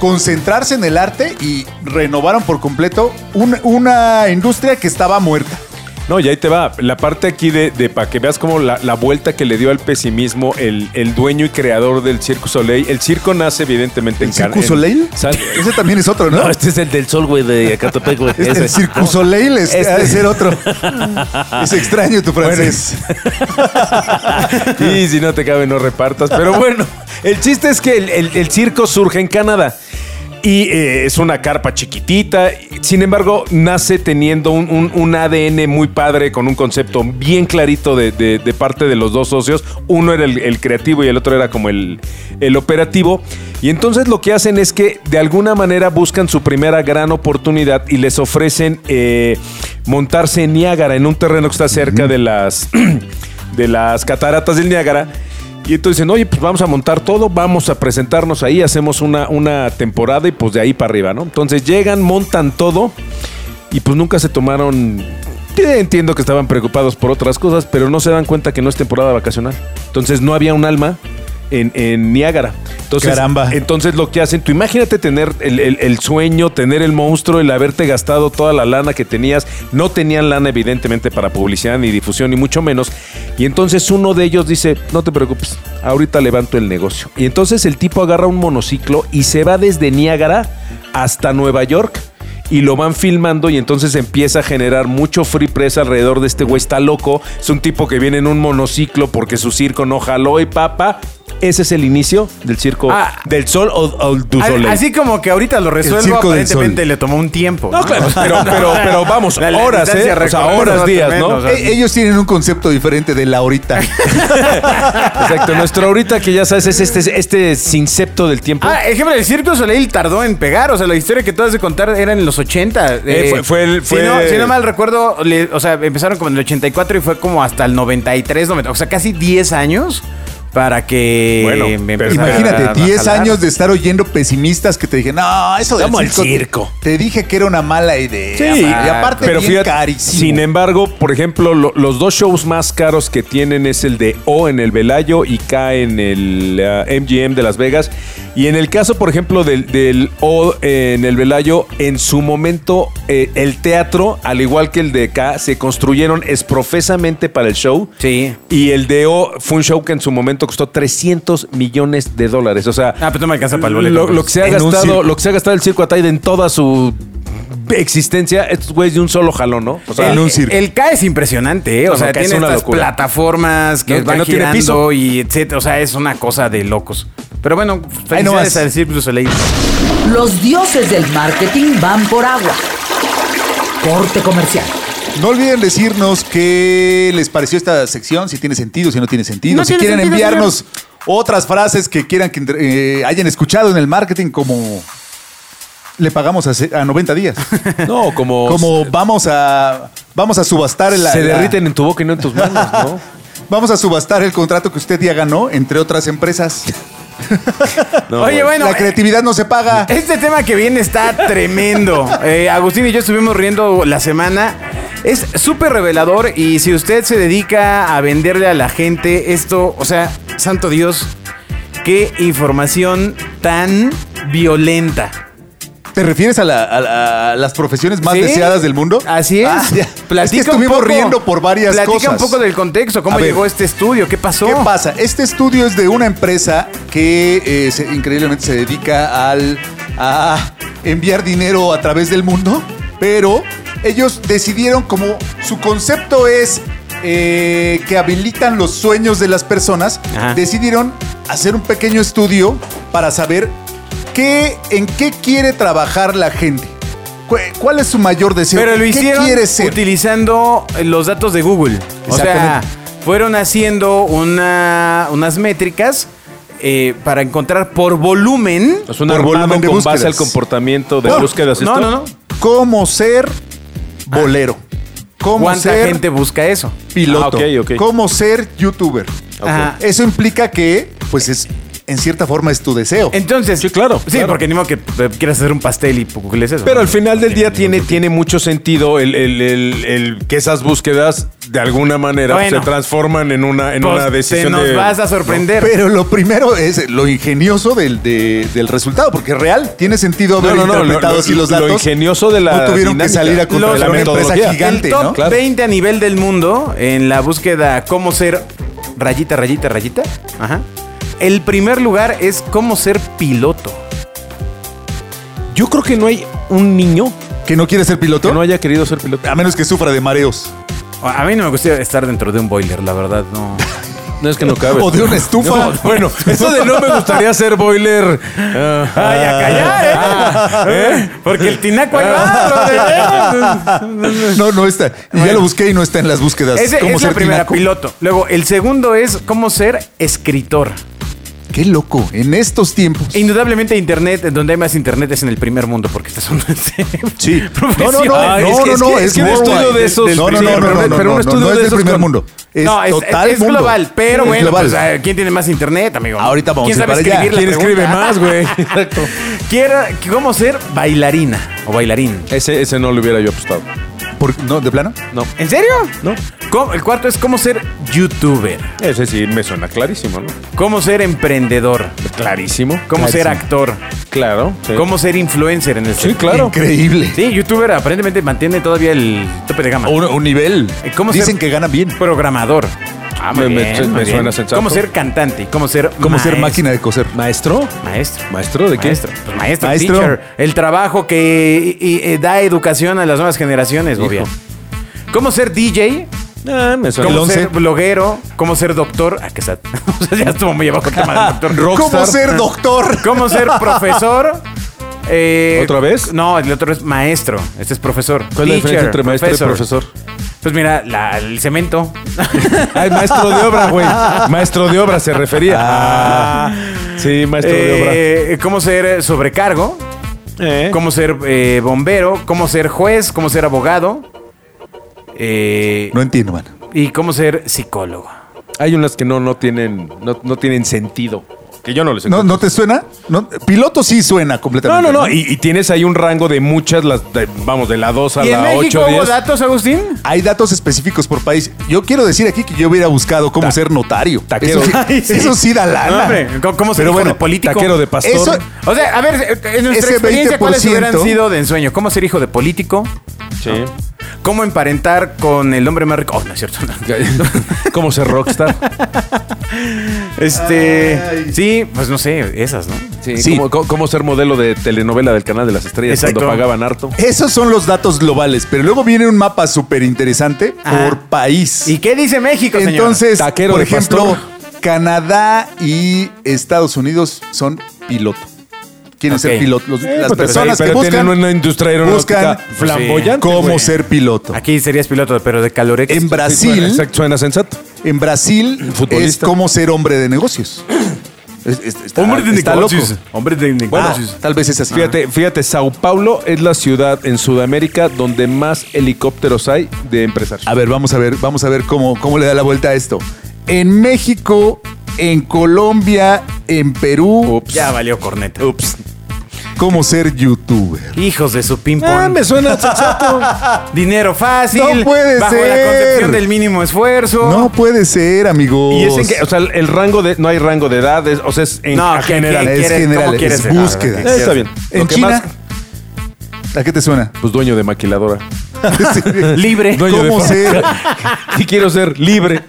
[SPEAKER 4] concentrarse en el arte y renovaron por completo un- una industria que estaba muerta.
[SPEAKER 5] No, y ahí te va. La parte aquí de, para que veas como la, la vuelta que le dio al pesimismo el, el dueño y creador del Circo Soleil. El circo nace evidentemente
[SPEAKER 4] ¿El
[SPEAKER 5] en Can-
[SPEAKER 4] Circo
[SPEAKER 5] en-
[SPEAKER 4] Soleil?
[SPEAKER 5] Sal-
[SPEAKER 4] Ese también es otro, ¿no?
[SPEAKER 6] No, este es el del sol, güey, de Acatepec, güey.
[SPEAKER 4] Este,
[SPEAKER 6] Ese.
[SPEAKER 4] el Circo Soleil es,
[SPEAKER 6] Este-
[SPEAKER 4] ha de ser otro. es extraño tu francés.
[SPEAKER 5] y si no te cabe, no repartas. Pero bueno, el chiste es que el, el- el circo surge en Canadá. Y eh, es una carpa chiquitita. Sin embargo, nace teniendo un, un- un ADN muy padre, con un concepto bien clarito de, de- de parte de los dos socios. Uno era el, el creativo y el otro era como el, el operativo. Y entonces lo que hacen es que de alguna manera buscan su primera gran oportunidad y les ofrecen eh, montarse en Niágara, en un terreno que está cerca de las de las cataratas del Niágara. Y entonces dicen, oye, pues vamos a montar todo, vamos a presentarnos ahí, hacemos una, una temporada y pues de ahí para arriba, ¿no? Entonces llegan, montan todo y pues nunca se tomaron... eh, Entiendo que estaban preocupados por otras cosas, pero no se dan cuenta que no es temporada vacacional. Entonces no había un alma en, en Niágara. Entonces,
[SPEAKER 4] Caramba.
[SPEAKER 5] Entonces lo que hacen, tú imagínate tener el, el- el sueño, tener el monstruo, el haberte gastado toda la lana que tenías. No tenían lana evidentemente para publicidad ni difusión, ni mucho menos. Y entonces uno de ellos dice, no te preocupes, ahorita levanto el negocio. Y entonces el tipo agarra un monociclo y se va desde Niágara hasta Nueva York. Y lo van filmando y entonces empieza a generar mucho free press alrededor de este güey. Está loco. Es un tipo que viene en un monociclo porque su circo no jaló y papa. Ese es el inicio del circo
[SPEAKER 3] Ah.
[SPEAKER 5] del sol o, o du
[SPEAKER 3] A-
[SPEAKER 5] soleil.
[SPEAKER 3] Así como que ahorita lo resuelvo,
[SPEAKER 4] Circo del
[SPEAKER 3] aparentemente le tomó un tiempo.
[SPEAKER 5] No, claro, pero, pero, pero vamos,
[SPEAKER 3] La- la
[SPEAKER 5] horas,
[SPEAKER 3] distancia
[SPEAKER 5] ¿eh? O sea,
[SPEAKER 3] recorrida
[SPEAKER 5] horas,
[SPEAKER 3] más o
[SPEAKER 5] días,
[SPEAKER 3] menos,
[SPEAKER 5] ¿no? Eh,
[SPEAKER 3] o sea,
[SPEAKER 4] E- Ellos tienen un concepto diferente de la ahorita.
[SPEAKER 5] Exacto, nuestro ahorita que ya sabes es este, este sincepto del tiempo.
[SPEAKER 3] Ah, ejemplo, el Circo du Soleil tardó en pegar. O sea, la historia que todas de contar era en los 80.
[SPEAKER 4] Eh,
[SPEAKER 5] fue- fue el- fue-
[SPEAKER 3] Si, no, si no mal recuerdo, le- o sea, empezaron como en el 84 y fue como hasta el 93, 90, o sea, casi 10 años para que
[SPEAKER 5] Bueno,
[SPEAKER 3] me
[SPEAKER 5] pero
[SPEAKER 3] empezara a- a
[SPEAKER 4] Imagínate, 10
[SPEAKER 3] jalar.
[SPEAKER 4] años de estar oyendo pesimistas que te dije, no, eso del
[SPEAKER 6] Vamos al
[SPEAKER 4] circo,
[SPEAKER 6] circo".
[SPEAKER 4] Te dije que era una mala idea.
[SPEAKER 5] Sí,
[SPEAKER 4] y aparte
[SPEAKER 5] Eh, pero
[SPEAKER 4] bien
[SPEAKER 5] fíjate,
[SPEAKER 4] carísimo.
[SPEAKER 5] sin em- embargo, por ejemplo, lo- los dos shows más caros que tienen es el de O en el Velayo y K en el ah, MGM de Las Vegas. Y en el caso, por ejemplo, del, del O en el Velayo, en su momento eh, el teatro, al igual que el de K, se construyeron esprofesamente para el show.
[SPEAKER 3] Sí.
[SPEAKER 5] Y el de O fue un show que en su momento boleto costó 300 millones de dólares. O sea,
[SPEAKER 3] Ah, pero no me alcanza para el boleto.
[SPEAKER 5] lo,
[SPEAKER 3] pues.
[SPEAKER 5] lo que se ha
[SPEAKER 4] En un
[SPEAKER 5] gastado,
[SPEAKER 4] circo.
[SPEAKER 5] lo que se ha gastado el circo Ataide en toda su existencia, estos güeyes de un solo jalón, ¿no? O sea,
[SPEAKER 3] el,
[SPEAKER 4] en un circo.
[SPEAKER 3] el K es impresionante, ¿eh? O
[SPEAKER 5] No, no,
[SPEAKER 3] sea,
[SPEAKER 5] K es
[SPEAKER 3] tiene
[SPEAKER 5] una
[SPEAKER 3] estas
[SPEAKER 5] locura.
[SPEAKER 3] plataformas que
[SPEAKER 5] No, que
[SPEAKER 3] van
[SPEAKER 5] no tiene
[SPEAKER 3] girando
[SPEAKER 5] piso.
[SPEAKER 3] y etcétera. O sea, es una cosa de locos. Pero bueno,
[SPEAKER 4] Ahí no
[SPEAKER 3] felicidades
[SPEAKER 4] vas.
[SPEAKER 3] al Cirque du Soleil.
[SPEAKER 2] Los dioses del marketing van por agua. Corte comercial.
[SPEAKER 4] No olviden decirnos qué les pareció esta sección, si tiene sentido, si no tiene sentido.
[SPEAKER 3] No
[SPEAKER 4] si
[SPEAKER 3] tiene
[SPEAKER 4] quieren
[SPEAKER 3] sentido,
[SPEAKER 4] enviarnos otras frases que quieran que entre- eh, hayan escuchado en el marketing, como le pagamos a, se- a 90 días.
[SPEAKER 5] no, como,
[SPEAKER 4] como vamos a vamos a subastar el
[SPEAKER 5] se
[SPEAKER 4] la-
[SPEAKER 5] derriten en tu boca y no en tus manos, ¿no?
[SPEAKER 4] Vamos a subastar el contrato que usted ya ganó entre otras empresas.
[SPEAKER 5] No,
[SPEAKER 3] Oye,
[SPEAKER 5] güey.
[SPEAKER 3] bueno, eh,
[SPEAKER 4] la creatividad no se paga.
[SPEAKER 3] Este tema que viene está tremendo. Eh, Agustín y yo estuvimos riendo la semana. Es súper revelador y si usted se dedica a venderle a la gente esto, o sea, santo Dios, qué información tan violenta.
[SPEAKER 4] ¿Te refieres a, la- a la- a las profesiones más
[SPEAKER 3] Sí.
[SPEAKER 4] deseadas del mundo?
[SPEAKER 3] Así es.
[SPEAKER 4] Ah, ya. es que
[SPEAKER 3] Platica un
[SPEAKER 4] estuvimos
[SPEAKER 3] poco-
[SPEAKER 4] riendo por varias
[SPEAKER 3] Platica
[SPEAKER 4] cosas.
[SPEAKER 3] un poco del contexto, cómo
[SPEAKER 4] A ver.
[SPEAKER 3] llegó este estudio, qué pasó.
[SPEAKER 4] ¿Qué pasa? Este estudio es de una empresa que eh, se- increíblemente se dedica al a enviar dinero a través del mundo, pero ellos decidieron como su concepto es eh, que habilitan los sueños de las personas,
[SPEAKER 3] Ajá.
[SPEAKER 4] decidieron hacer un pequeño estudio para saber qué, en qué quiere trabajar la gente. Cu- ¿Cuál es su mayor deseo?
[SPEAKER 3] Pero lo
[SPEAKER 4] ¿Qué
[SPEAKER 3] hicieron
[SPEAKER 4] quiere ser?
[SPEAKER 3] utilizando eh, los datos de Google. O sea,
[SPEAKER 4] Exactamente.
[SPEAKER 3] fueron haciendo una- unas métricas eh, para encontrar por volumen.
[SPEAKER 5] es un
[SPEAKER 4] por
[SPEAKER 5] armado
[SPEAKER 4] volumen de
[SPEAKER 5] con
[SPEAKER 4] búsquedas.
[SPEAKER 5] base al comportamiento de
[SPEAKER 4] No,
[SPEAKER 5] búsquedas.
[SPEAKER 3] No,
[SPEAKER 5] ¿esto?
[SPEAKER 3] no, no.
[SPEAKER 4] ¿Cómo ser bolero? ¿Cómo
[SPEAKER 3] Ah. ¿Cuánta
[SPEAKER 4] ser
[SPEAKER 3] gente busca eso?
[SPEAKER 4] piloto.
[SPEAKER 5] Ah, ok, ok.
[SPEAKER 4] Cómo ser youtuber.
[SPEAKER 5] Ok.
[SPEAKER 3] Ajá.
[SPEAKER 4] Eso implica que, pues es, en cierta forma es tu deseo.
[SPEAKER 3] Entonces.
[SPEAKER 5] Sí, claro,
[SPEAKER 3] Sí,
[SPEAKER 5] claro.
[SPEAKER 3] porque ni modo que eh, quieras hacer un pastel y googlees eso.
[SPEAKER 5] Pero
[SPEAKER 3] ¿no?
[SPEAKER 5] al final del día tiene, tiene mucho sentido el, el- el- el que esas búsquedas de alguna manera
[SPEAKER 3] Bueno.
[SPEAKER 5] se transforman en una, en
[SPEAKER 3] Pues,
[SPEAKER 5] una
[SPEAKER 3] Te
[SPEAKER 5] decisión.
[SPEAKER 3] nos
[SPEAKER 5] de-
[SPEAKER 3] vas a sorprender.
[SPEAKER 4] Pero lo primero es lo ingenioso del, de- del resultado, porque es real tiene sentido haber
[SPEAKER 5] No, no, no,
[SPEAKER 4] interpretado
[SPEAKER 5] lo-
[SPEAKER 4] así los
[SPEAKER 5] lo
[SPEAKER 4] datos.
[SPEAKER 5] ingenioso de la
[SPEAKER 4] No tuvieron que
[SPEAKER 5] dinámica,
[SPEAKER 4] salir a
[SPEAKER 5] de
[SPEAKER 4] contratar
[SPEAKER 5] la
[SPEAKER 4] una empresa
[SPEAKER 5] metodología.
[SPEAKER 4] gigante,
[SPEAKER 3] el top
[SPEAKER 4] ¿no?
[SPEAKER 5] Claro.
[SPEAKER 3] 20 a nivel del mundo en la búsqueda cómo ser rayita, rayita, rayita. Ajá. El primer lugar es cómo ser piloto.
[SPEAKER 5] Yo creo que no hay un niño
[SPEAKER 4] ¿Que no quiere ser piloto?
[SPEAKER 5] que no haya querido ser piloto. Ah,
[SPEAKER 4] A menos que sufra de mareos.
[SPEAKER 3] A mí no me gustaría estar dentro de un boiler, la verdad, no.
[SPEAKER 5] No es que no cabe.
[SPEAKER 4] O de una estufa.
[SPEAKER 5] No, bueno, eso de no me gustaría ser boiler. Ah,
[SPEAKER 3] Ay, a callar, ¿eh?
[SPEAKER 5] ah, ¿eh?
[SPEAKER 3] Porque el tinaco ahí va, brother.
[SPEAKER 4] No, no está. Y Ya lo busqué y no está en las búsquedas.
[SPEAKER 3] Ese
[SPEAKER 4] ¿Cómo
[SPEAKER 3] es la
[SPEAKER 4] ser
[SPEAKER 3] primera,
[SPEAKER 4] tinaco?
[SPEAKER 3] piloto. Luego, el segundo es cómo ser escritor.
[SPEAKER 4] Qué loco. En estos tiempos.
[SPEAKER 3] Indudablemente internet, donde hay más internet es en el primer mundo, porque estas son
[SPEAKER 4] Sí. No,
[SPEAKER 3] profesiones.
[SPEAKER 4] no, no,
[SPEAKER 5] Ay,
[SPEAKER 4] no,
[SPEAKER 5] es que-
[SPEAKER 4] no, no,
[SPEAKER 5] es que un
[SPEAKER 4] worldwide.
[SPEAKER 5] estudio de esos-
[SPEAKER 4] No, no, no, no, no,
[SPEAKER 5] pero un
[SPEAKER 4] no,
[SPEAKER 5] estudio
[SPEAKER 4] no es
[SPEAKER 5] de
[SPEAKER 4] del
[SPEAKER 5] esos
[SPEAKER 4] primer
[SPEAKER 5] con-
[SPEAKER 4] mundo. Es
[SPEAKER 3] no, es,
[SPEAKER 4] total
[SPEAKER 3] es
[SPEAKER 4] mundo.
[SPEAKER 3] global, pero
[SPEAKER 4] Es
[SPEAKER 3] bueno,
[SPEAKER 4] global.
[SPEAKER 3] pues, ah, ¿quién tiene más internet, amigo?
[SPEAKER 4] Ahorita vamos
[SPEAKER 3] ¿Quién
[SPEAKER 4] a ir
[SPEAKER 3] sabe
[SPEAKER 4] para allá.
[SPEAKER 3] escribir la
[SPEAKER 5] ¿Quién escribe
[SPEAKER 3] pregunta?
[SPEAKER 5] más, güey? Exacto.
[SPEAKER 3] Quiero, ¿Cómo ser bailarina o bailarín?
[SPEAKER 5] Ese, ese no lo hubiera yo apostado.
[SPEAKER 4] ¿Por- ¿No? ¿De plano?
[SPEAKER 5] No.
[SPEAKER 3] ¿En serio?
[SPEAKER 5] No.
[SPEAKER 3] ¿Cómo- El cuarto es cómo ser youtuber,
[SPEAKER 5] Ese sí me suena clarísimo, ¿no?
[SPEAKER 3] cómo ser emprendedor,
[SPEAKER 5] Clarísimo.
[SPEAKER 3] cómo ser
[SPEAKER 4] Clarísimo.
[SPEAKER 3] actor,
[SPEAKER 5] Claro. sí.
[SPEAKER 3] cómo ser influencer en el
[SPEAKER 5] Sí,
[SPEAKER 3] sector.
[SPEAKER 5] claro.
[SPEAKER 4] Increíble.
[SPEAKER 3] Sí, youtuber aparentemente mantiene todavía el tope de gama.
[SPEAKER 4] Un, un nivel.
[SPEAKER 3] Eh, ¿cómo
[SPEAKER 4] Dicen
[SPEAKER 3] ser-
[SPEAKER 4] que ganan bien.
[SPEAKER 3] Programador. Ah,
[SPEAKER 5] Me- me- me suena sensato.
[SPEAKER 3] Cómo ser cantante y cómo ser
[SPEAKER 4] Como ser
[SPEAKER 3] maestro.
[SPEAKER 4] máquina de coser.
[SPEAKER 5] ¿Maestro?
[SPEAKER 3] Maestro.
[SPEAKER 5] ¿Maestro de qué?
[SPEAKER 3] Maestro, pues, maestro,
[SPEAKER 4] Maestro.
[SPEAKER 3] teacher, el trabajo que y- y- eh, da educación a las nuevas generaciones,
[SPEAKER 5] Hijo.
[SPEAKER 3] Bobia. ¿Cómo ser DJ?
[SPEAKER 5] Ah, me suena.
[SPEAKER 3] ¿Cómo
[SPEAKER 4] once.
[SPEAKER 3] ser bloguero? ¿Cómo ser doctor? Ah, que sad. O sea, ya estuvo muy abajo el tema del doctor.
[SPEAKER 4] ¿Cómo ser doctor?
[SPEAKER 3] ¿Cómo ser profesor? Eh,
[SPEAKER 5] ¿Otra vez?
[SPEAKER 3] No, el otro es maestro. Este es profesor.
[SPEAKER 5] ¿Cuál es la diferencia entre maestro y profesor?
[SPEAKER 3] Pues mira, la- el cemento.
[SPEAKER 5] Ay, maestro de obra, güey. Maestro de obra se refería. Ah. sí, maestro de
[SPEAKER 3] Eh, ¿Cómo ser sobrecargo?
[SPEAKER 5] obra. Eh.
[SPEAKER 3] cómo ser eh, bombero, cómo ser juez, cómo ser abogado eh,
[SPEAKER 4] No entiendo, man.
[SPEAKER 3] y cómo ser psicólogo.
[SPEAKER 5] Hay unas que no, no tienen, no, no tienen sentido. Que yo no les
[SPEAKER 4] ¿No,
[SPEAKER 5] encuentro.
[SPEAKER 4] ¿No te suena? No, piloto sí suena
[SPEAKER 5] No,
[SPEAKER 4] completamente.
[SPEAKER 5] no, no. Y, y tienes ahí un rango de muchas, las de- vamos, de la 2 a
[SPEAKER 3] ¿Y en
[SPEAKER 5] la 8,
[SPEAKER 3] México hubo
[SPEAKER 5] 10.
[SPEAKER 3] datos, Agustín?
[SPEAKER 4] Hay datos específicos por país. Yo quiero decir aquí que yo hubiera buscado cómo ser notario.
[SPEAKER 5] taquero.
[SPEAKER 4] Eso,
[SPEAKER 3] Ay,
[SPEAKER 4] sí,
[SPEAKER 3] sí.
[SPEAKER 4] eso sí da
[SPEAKER 3] No,
[SPEAKER 4] lana.
[SPEAKER 3] hombre, ¿cómo- cómo ser
[SPEAKER 4] Ah, Pero
[SPEAKER 3] hijo
[SPEAKER 4] bueno,
[SPEAKER 3] de político?
[SPEAKER 5] Taquero de pastor.
[SPEAKER 4] Eso-
[SPEAKER 3] O sea, a ver, en nuestra
[SPEAKER 4] Ese
[SPEAKER 3] experiencia, ¿cuáles
[SPEAKER 4] 20%?
[SPEAKER 3] hubieran sido de ensueño? ¿Cómo ser hijo de político?
[SPEAKER 5] Sí.
[SPEAKER 3] ¿Cómo emparentar con el hombre más rico? Oh, no es cierto. no.
[SPEAKER 5] ¿Cómo ser rockstar?
[SPEAKER 3] Este.
[SPEAKER 4] Ay.
[SPEAKER 3] Sí, pues no sé, esas, ¿no?
[SPEAKER 5] Sí,
[SPEAKER 4] Sí.
[SPEAKER 5] Como, co- como ser modelo de telenovela del Canal de las Estrellas
[SPEAKER 3] Exacto.
[SPEAKER 5] cuando pagaban harto.
[SPEAKER 4] Esos son los datos globales, pero luego viene un mapa súper interesante
[SPEAKER 5] Ah.
[SPEAKER 3] Ajá.
[SPEAKER 4] por país.
[SPEAKER 3] ¿Y qué dice México, señor?
[SPEAKER 4] Entonces,
[SPEAKER 5] Taquero
[SPEAKER 4] por
[SPEAKER 5] de
[SPEAKER 4] ejemplo,
[SPEAKER 5] pastor.
[SPEAKER 4] Canadá y Estados Unidos son piloto. Quieren
[SPEAKER 3] Ok.
[SPEAKER 4] ser piloto. Los- las
[SPEAKER 5] pues,
[SPEAKER 4] personas
[SPEAKER 5] pero
[SPEAKER 4] que buscan
[SPEAKER 5] tienen una industria aeronáutica
[SPEAKER 4] buscan
[SPEAKER 5] flamboyante.
[SPEAKER 4] cómo
[SPEAKER 5] güey.
[SPEAKER 4] ser piloto.
[SPEAKER 3] Aquí serías piloto, pero de calorex.
[SPEAKER 4] En
[SPEAKER 5] Sí, suena-
[SPEAKER 4] Brasil,
[SPEAKER 5] Exacto, suena sensato.
[SPEAKER 4] en Brasil es
[SPEAKER 5] Futbolista.
[SPEAKER 4] cómo ser hombre de negocios. Es- es-
[SPEAKER 5] Ah,
[SPEAKER 4] está- está loco.
[SPEAKER 3] Hombre de
[SPEAKER 4] Bueno,
[SPEAKER 3] negocios.
[SPEAKER 4] Ah, tal vez es así.
[SPEAKER 5] Fíjate, fíjate, Sao Paulo es la ciudad en Sudamérica donde más helicópteros hay de empresarios.
[SPEAKER 4] A ver, vamos a ver, vamos a ver cómo, cómo le da la vuelta a esto. En México, en Colombia, en Perú,
[SPEAKER 5] Ups.
[SPEAKER 3] Ya valió corneta.
[SPEAKER 5] Ups.
[SPEAKER 4] cómo ser youtuber.
[SPEAKER 3] Hijos de su ping
[SPEAKER 5] Ah,
[SPEAKER 3] pong.
[SPEAKER 5] me suena sensato.
[SPEAKER 3] Dinero fácil.
[SPEAKER 4] No puede
[SPEAKER 3] bajo la
[SPEAKER 4] ser.
[SPEAKER 3] concepción del mínimo esfuerzo.
[SPEAKER 4] No puede ser, amigos.
[SPEAKER 5] Y es en que, o sea, el rango de, no hay rango de edad, es- o sea, es en
[SPEAKER 3] No,
[SPEAKER 5] a
[SPEAKER 3] ¿qué-
[SPEAKER 5] general.
[SPEAKER 3] qué-
[SPEAKER 5] Eh,
[SPEAKER 4] es
[SPEAKER 3] quieres?
[SPEAKER 4] general,
[SPEAKER 3] ¿Cómo quieres
[SPEAKER 4] es
[SPEAKER 3] ser?
[SPEAKER 4] búsqueda.
[SPEAKER 3] qué-
[SPEAKER 5] Ah, está bien.
[SPEAKER 4] En
[SPEAKER 5] Lo que
[SPEAKER 4] China,
[SPEAKER 5] más-
[SPEAKER 4] ¿a qué te suena?
[SPEAKER 5] pues dueño de maquiladora.
[SPEAKER 4] Sí.
[SPEAKER 3] Libre.
[SPEAKER 5] Dueño de
[SPEAKER 4] ¿Cómo
[SPEAKER 5] fábrica.
[SPEAKER 4] ser?
[SPEAKER 5] Y quiero ser libre.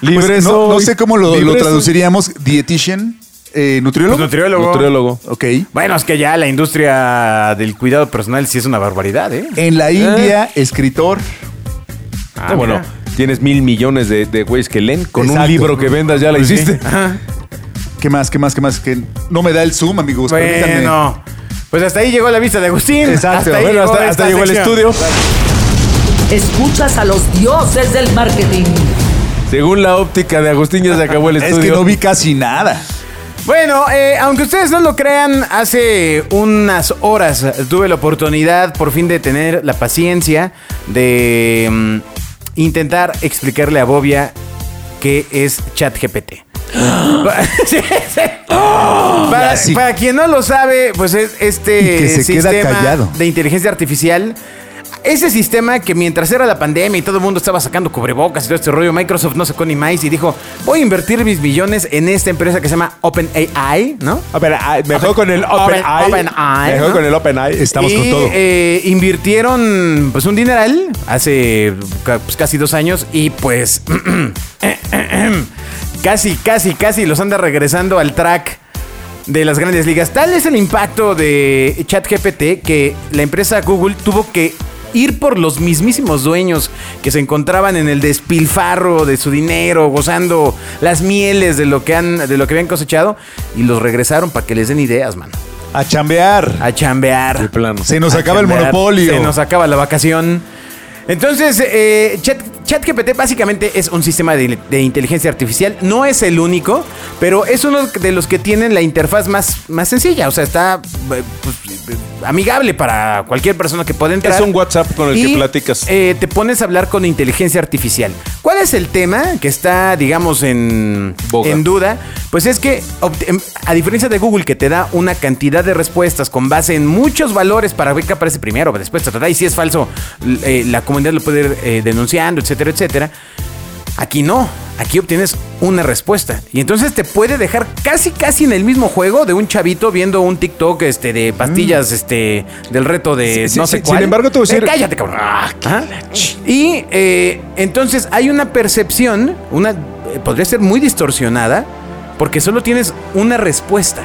[SPEAKER 5] Libre
[SPEAKER 4] Pues, no, no
[SPEAKER 5] soy.
[SPEAKER 4] sé cómo lo, lo
[SPEAKER 5] Libre soy.
[SPEAKER 4] traduciríamos. Dietitian, eh, nutriólogo.
[SPEAKER 3] Pues nutriólogo.
[SPEAKER 5] Nutriólogo.
[SPEAKER 4] ok.
[SPEAKER 3] Bueno, es que ya la industria del cuidado personal sí es una barbaridad, ¿eh?
[SPEAKER 4] En la India, escritor.
[SPEAKER 5] Ah, bueno,
[SPEAKER 3] mira.
[SPEAKER 5] tienes mil millones de de güeyes que leen. Con
[SPEAKER 4] Exacto.
[SPEAKER 5] un libro que vendas ya la hiciste.
[SPEAKER 4] ¿Qué más? ¿Qué más? ¿Qué más? Que no me da el zoom, amigos. permítanme.
[SPEAKER 3] Bueno, pues hasta ahí llegó la vista de Agustín.
[SPEAKER 4] Exacto.
[SPEAKER 3] ahí
[SPEAKER 5] Bueno, hasta,
[SPEAKER 3] esta
[SPEAKER 5] hasta llegó el
[SPEAKER 3] sección.
[SPEAKER 5] estudio.
[SPEAKER 2] Escuchas a los dioses del marketing.
[SPEAKER 5] Según la óptica de Agustín, ya se acabó el
[SPEAKER 4] Es
[SPEAKER 5] estudio.
[SPEAKER 4] que no vi casi nada.
[SPEAKER 3] Bueno, eh, aunque ustedes no lo crean, hace unas horas tuve la oportunidad por fin de tener la paciencia de mm, intentar explicarle a Bobia qué es ChatGPT. Sí, sí. para,
[SPEAKER 4] Ya sí.
[SPEAKER 3] para quien no lo sabe, pues es este
[SPEAKER 4] Y que se queda
[SPEAKER 3] sistema
[SPEAKER 4] callado.
[SPEAKER 3] de inteligencia artificial. Ese sistema que mientras era la pandemia y todo el mundo estaba sacando cubrebocas y todo este rollo, Microsoft no sacó ni más y dijo, voy a invertir mis millones en esta empresa que se llama OpenAI, ¿no?
[SPEAKER 5] Open Eye, ah, mejor con el Open,
[SPEAKER 3] Open-
[SPEAKER 5] Eye.
[SPEAKER 3] Open Eye,
[SPEAKER 5] Mejor
[SPEAKER 3] ¿no?
[SPEAKER 5] con el Open Eye.
[SPEAKER 4] Estamos
[SPEAKER 3] y,
[SPEAKER 4] con todo.
[SPEAKER 3] eh, invirtieron pues un dineral hace ca- pues, casi dos años y pues casi, casi, casi los anda regresando al track de las grandes ligas. Tal es el impacto de ChatGPT que la empresa Google tuvo que ir por los mismísimos dueños que se encontraban en el despilfarro de su dinero, gozando las mieles de lo que han de lo que habían cosechado y los regresaron para que les den ideas, mano,
[SPEAKER 4] A chambear.
[SPEAKER 3] a chambear.
[SPEAKER 5] De plano.
[SPEAKER 4] Se nos
[SPEAKER 3] A
[SPEAKER 4] acaba el
[SPEAKER 3] chambear.
[SPEAKER 4] monopolio.
[SPEAKER 3] Se nos acaba la vacación. Entonces, eh, Chat- ChatGPT básicamente es un sistema de, de inteligencia artificial. No es el único, pero es uno de los que tienen la interfaz más, más sencilla. O sea, está eh, pues, eh, amigable para cualquier persona que pueda entrar.
[SPEAKER 5] Es un WhatsApp con el
[SPEAKER 3] Y,
[SPEAKER 5] que platicas.
[SPEAKER 3] eh, te pones a hablar con inteligencia artificial. ¿Cuál es el tema que está, digamos, en,
[SPEAKER 5] Boga.
[SPEAKER 3] en duda? Pues es que, obt- em, a diferencia de Google, que te da una cantidad de respuestas con base en muchos valores para ver qué aparece primero, después, ta, ta, ta, y si es falso, l- eh, la comunidad lo puede ir eh, denunciando, etcétera, etcétera. Aquí no, aquí obtienes una respuesta. Y entonces te puede dejar casi casi en el mismo juego de un chavito viendo un TikTok este, de pastillas este, del reto de
[SPEAKER 5] Mm. Sí, sí,
[SPEAKER 3] no
[SPEAKER 5] sí,
[SPEAKER 3] sé
[SPEAKER 5] sin
[SPEAKER 3] cuál.
[SPEAKER 5] embargo, te voy a
[SPEAKER 3] Eh,
[SPEAKER 5] decir-
[SPEAKER 3] Cállate, cabrón. Ajá. Y eh, entonces hay una percepción, una eh, podría ser muy distorsionada, porque solo tienes una respuesta.